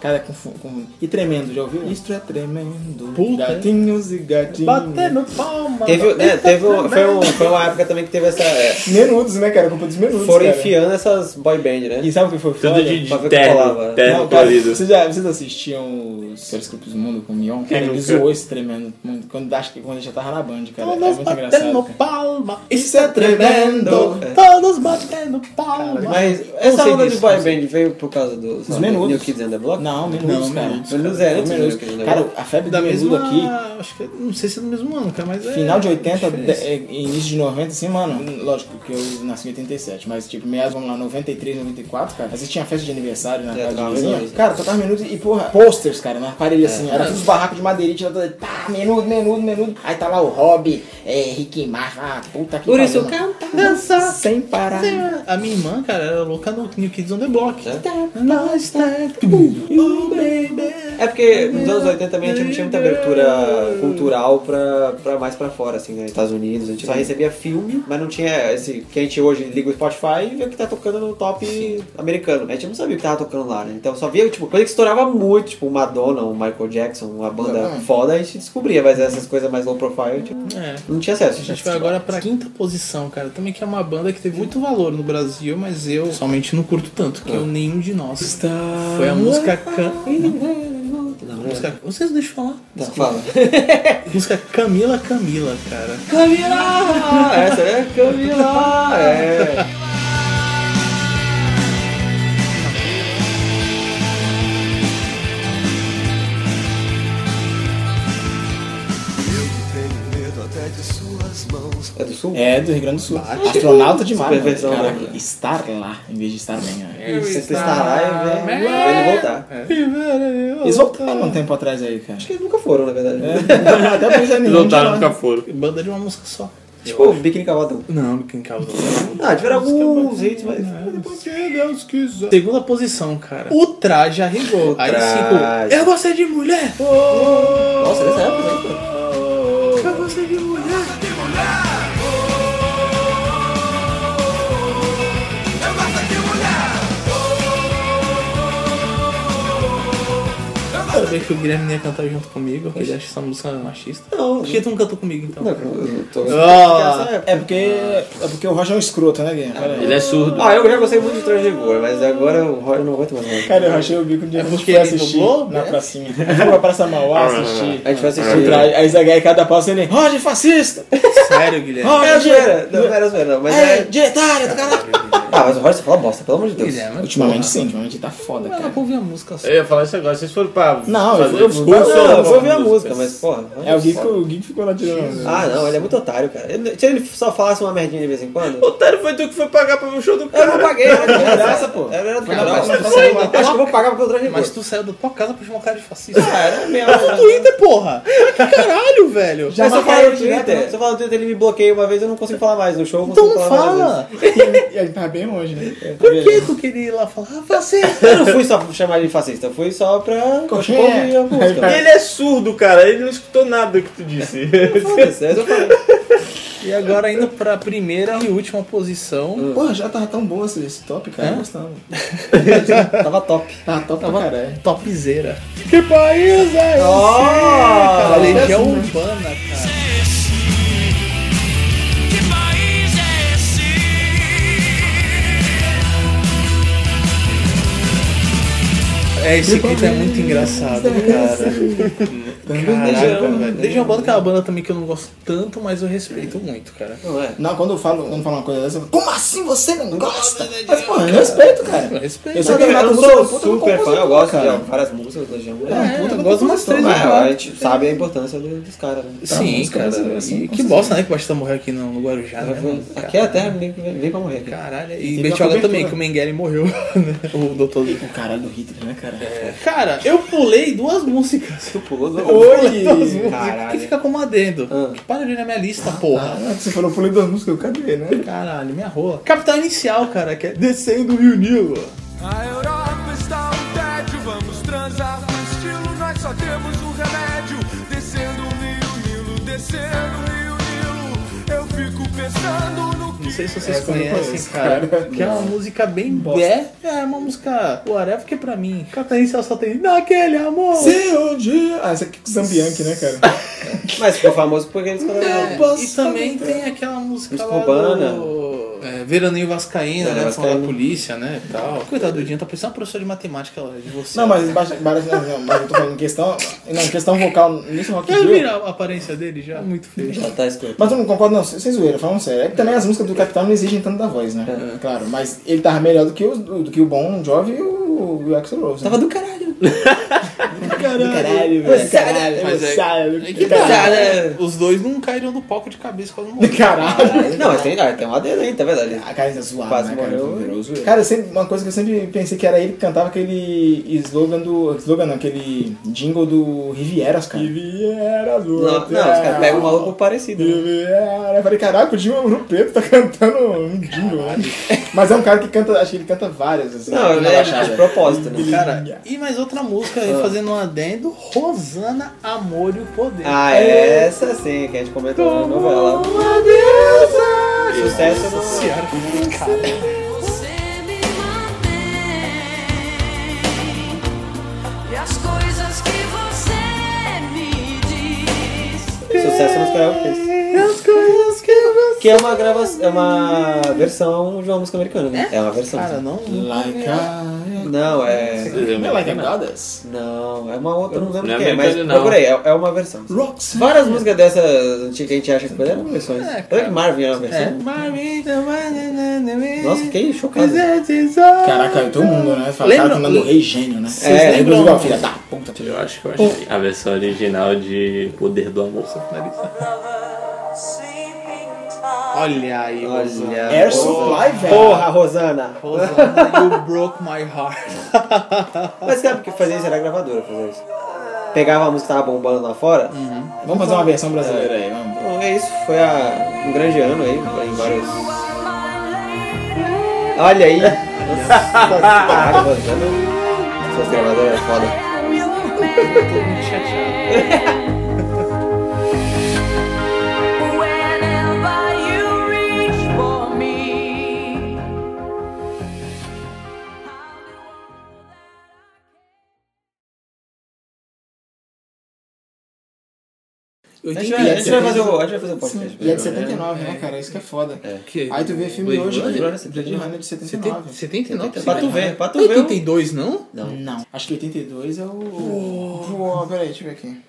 Cara, é com, com... E tremendo, já ouviu? Isto é tremendo.
Puta.
Gatinhos e gatinhos.
Batendo palma.
Teve, né, teve um- foi, um- foi uma época também que teve essa. é,
Menudos, né, cara? Culpa dos menudos.
foram
cara.
enfiando essas boy band, né?
E sabe o que foi foda?
Tudo de,
pra ver
de
o que
terno.
falava.
Terno
Não, cara,
colorido.
vocês, já, vocês assistiam os Piores Grupos do Mundo com o Mion? Cara, ele
nunca?
zoou esse tremendo. muito, Quando, acho que quando ele já tava na Band, cara. É
Todos
muito
batendo
engraçado. cara.
palma, isso é tremendo.
É.
Todos batendo palma.
Mas
não
essa
sei
onda
disso,
de boy
não sei.
band veio por causa dos
Os menudos.
New Kids on the Block?
Não, menudos,
Não,
cara.
Menudos,
Menudos é antes do
menudos.
Menudos, né?
Cara, a febre
da
do menudo
mesma,
aqui.
acho que não sei se é do mesmo ano, cara, mas é
Final de 80, de,
diferença.
é, início de 90, assim, mano. Lógico que eu nasci em 87, mas tipo, meados, vamos lá, 93, 94, cara. Assim tinha festa de aniversário na
É,
casa de
tava
vizinho.
menudo.
Cara, tocava menudo e, porra, posters, cara, na parede assim. Era todos os barracos de madeirite, lá, toda- pá, menudo, menudo, menudo. Aí tá lá o Rob, é, Rick Marra, ah, puta que
Maurício
pariu, mano.
dança.
Sem parar.
é, A minha irmã, é
É?
Tá, cara, era louca no New Kids on the Block.
É?
Nós tá- Oh, tá. Uh, baby.
É porque nos anos 80 também a gente não tinha muita abertura cultural pra, pra mais pra fora, assim, né? Estados Unidos, a gente só recebia filme, mas não tinha esse que a gente hoje liga o Spotify e vê o que tá tocando no top americano. né? A gente não sabia o que tava tocando lá, né? Então só via, tipo, coisa que estourava muito, tipo Madonna, o Michael Jackson, uma banda
Exatamente.
foda, a gente descobria, mas essas coisas mais low profile, tipo,
É.
não tinha acesso.
A gente vai agora pra quinta posição, cara. Também que é uma banda que teve muito valor no Brasil, mas eu somente não curto tanto, que é
Ah.
o Nenhum de Nós. Foi a música Can...
Não, né?
música... Vocês deixam eu falar.
Não, fala.
Música Camila Camila, cara.
Camila! Essa é Camila! É. É do sul?
É, do Rio Grande do Sul. Astronauta demais.
Superversão,
mano.
né?
Caraca, estar lá, em vez de estar bem. né?
Você estará e vem, vem voltar.
Eles voltaram um tempo atrás aí, cara.
Acho que eles nunca foram, na verdade.
É. Até pensando nisso.
Voltaram, nunca foram.
Banda de uma música só.
Tipo, o Biquíni Cavadão.
Não, quem causa.
é
Ah, tiveram alguns hits, mas...
né?
Segunda posição, cara. O traje arrigou. Aí
Traje.
cinco. Eu gostei de mulher!
Nossa,
é
nessa época, né?
Eu gostei de mulher! Eu sabia que o Guilherme não ia cantar junto comigo, porque ele acha essa música machista. Não. Por que tu não cantou comigo então?
Não, eu tô...
Ah, é porque. É porque o Roger é um escroto, né, Guilherme? Pera aí.
Ele é surdo.
Ah, eu já gostei muito de Traje de Rigor, mas agora o Roger não aguenta mais. não.
Cara, eu rachei o bico no dia
É
que a gente
porque
foi
ele
assistir
dublou,
na
né?
pracinha. A gente foi pra Praça Mauá assistir.
A gente vai
O
assistir.
traje- Aí Zagai cada pausa ele, Roger fascista!
Sério, Guilherme?
Não, era É, zoeira. Não, era zoeira, não. Mas
É,
é...
diretário do caralho!
Ah, mas o Roger só fala bosta, pelo amor de Deus.
é
Guilherme,
Ultimamente sim, ultimamente tá foda,
Ela
cara.
ouve a música só.
Eu ia falar isso agora, vocês foram pra
Não,
fazer um
eu- eu-
discurso
Não,
ou
eu vou ouvir a música,
músicas?
mas porra.
É o Gui que, o Gui que ficou lá tirando.
Ah, não, ele é muito otário, cara. Ele- Se ele só falasse uma merdinha de vez em quando.
Otário, foi tu que foi pagar pra ver o show do
Eu
cara.
não paguei, era de graça,
graça,
pô.
pô.
Era de
Mas não,
graça.
mas não
Eu
foi,
Acho que eu vou pagar pra outra gente.
Mas tu saiu da tua casa pra chamar o cara de fascista.
Era mesmo.
no Ah, é Twitter, porra! Ah, Que caralho, velho!
Mas se eu falar no
caiu direto,
Twitter,
né?
se eu falar no Twitter, ele me bloqueia uma vez, eu não consigo falar mais. No show, eu
Então
consigo
não
falar mais vezes. É.
fala!
E a gente tava bem longe, né?
Por que tu queria ir lá falar ah, fascista?
Eu não fui só pra chamar ele de fascista, eu fui só pra
Qual que
pra
é?
ouvir a música.
E ele é surdo, cara. Ele não escutou nada que tu disse.
Foda-se, é isso que eu falei.
E agora indo pra primeira e última posição.
Porra, já tava tão bom esse, esse top, cara. Eu gostava.
Tava top.
Tava top pra caralho.
Topzera. Que país é
Ó!
cara? Legião Urbana, cara.
Que país é esse?
É, esse clipe é muito engraçado, cara. Caraca, velho. Legião Urbana que é uma banda também que eu não gosto tanto, mas eu respeito muito, cara.
Não é?
Não, quando eu falo, quando eu falo uma coisa dessa, eu falo, como assim você não gosta? Mas, pô, eu respeito,
Eu
cara.
respeito.
Eu
Eu,
sei que o Renato Russo é
sou
um puta
super fã, eu
compositor,
gosto
cara.
de várias músicas do Legião.
É,
É,
puta
eu gosto umas três
Mas, é,
ou
a
quatro.
gente sabe a importância do- dos caras, né?
Sim,
música
cara.
brasileira,
e
assim,
que bosta, né? Que o Batista morreu aqui no, no Guarujá. né, mano?
Aqui é a terra, ninguém vem vem pra morrer. Cara.
Caralho.
Teve
E
uma
Betioga
cobertura.
também, que o Mengele morreu, né? O doutor.
O caralho do Hitler, né, cara?
Cara, eu pulei duas músicas.
Tu pulou do...
Oi!
Que
Caralho.
fica como adendo.
Ah.
Que para de ir na minha lista, porra.
Caraca, Ah, você falou pulei duas músicas, cadê, né?
Caralho, minha rola. Capital Inicial, cara, que é Descendo o Rio Nilo.
A Europa está um tédio, vamos transar com estilo, nós só temos um remédio. Descendo o Rio Nilo, descendo o Rio Nilo, eu fico pensando no
Não
que...
sei se vocês
Essa eu não
conhecem,
conheço,
cara,
cara.
Que é uma música bem bosta. É, é uma música. O Areva que é pra mim. Capital Inicial só tem. Naquele amor.
Se um dia. Ah, isso aqui é Zambianque, né, cara?
Mas ficou famoso porque eles cantaram.
É, e também tem aquela música,
Música
lá
urbana.
do... É, Veraneio Vascaína,
Veraneio
né? Falando
Vascaína.
da polícia, né? e Tal. Coitado do Dinho, tá parecendo uma professora de matemática lá de você.
Não, mas baixa, baixa, não, não, mas eu tô falando em questão. Não, em questão vocal nesse rock in
Quer
Rio.
virar a aparência dele
É
já? Muito feio.
Ah, tá, escuta.
Mas eu não concordo, não, sem zoeira, falando sério. É que também as músicas do Capital não exigem tanto da voz, né? Claro, mas ele tava melhor do que o, do que o Bon Jovi e o, o Axel Rose. Né?
Tava do caralho.
do caralho, velho.
né?
Caralho,
Mas é-
moçada,
É que
do caralho.
dá,
Cara.
né? Os dois não caíram do palco de cabeça quando morreram.
Caralho.
Não, mas tem, ah, tem uma dele aí, tá verdade?
A cara é zoada,
Quase
né, cara?
morreu.
Poderoso. Cara, eu sempre, uma coisa que eu sempre pensei que era ele que cantava aquele slogan do... Slogan não, aquele jingle do Rivieras, cara. Rivieras,
Não, não, os caras pegam um maluco parecido. né?
Riviera. Eu falei, caraca, o Dinho Ouro Preto tá cantando um Dinho. né? Mas é um cara que canta, acho que ele canta várias, assim.
Não,
na
é
Baixada.
de propósito, né?
Cara, e mais outra música, fazendo uma adendo, Rosana, Amor e o Poder.
Ah, é essa sim, que a gente comentou na novela.
Uma deusa!
Sucesso
Nossa
no-
senhora, cara.
Você me mantém e as coisas que você me diz.
Sucesso nos karaokês.
As coisas que você...
Que é uma gravação, é uma versão de uma música americana, né? É, uma versão.
Cara, não...
Like a...
Não, é.
Não é like a goddess?
Não, é uma outra, não lembro
Não é
o que é, mas
americana, não.
procurei, é, é uma versão.
Roxy.
Várias músicas dessas antigas que a gente acha que eram versões.
É,
Olha
cara. É.
que Marvin era uma versão. Nossa, fiquei chocado.
Caraca, é todo mundo, né? Fala,
Lembra-
cara, quando rei gênio, né?
É,
lembra
lembram-
do filha da puta.
Eu acho que eu achei a versão original de Poder do Amor.
Olha aí, Rosana.
Olha.
Air Supply, velho.
Porra, Rosana!
Rosana, you broke my heart.
Mas sabe o que fazer isso? Era gravadora fazer isso. Pegava a música que tava bombando lá fora.
Vamos fazer uma versão brasileira aí, vamos.
Uhum. Bom, é isso. Foi a- um grande ano aí, em vários. Olha aí! Nossa, cara, Rosana. Essas gravadoras é foda.
Whenever you reach for me.
A gente vai, a gente vai fazer o, a gente vai fazer o podcast.
E é de 79, né, cara? Isso que é foda.
Que-
Aí tu vê filme
Blade
hoje, é
Runner?
que- Blade Runner de 79.
79?
Pra tu ver, pra tu
é
ver.
82, não?
Não. Acho que 82 é o. Uou, peraí, deixa eu ver aqui.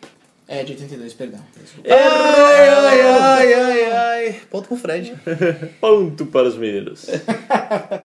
É, de 82, perdão.
Ai, ai, ai, ai, ai. Ponto pro Fred.
Ponto para os meninos.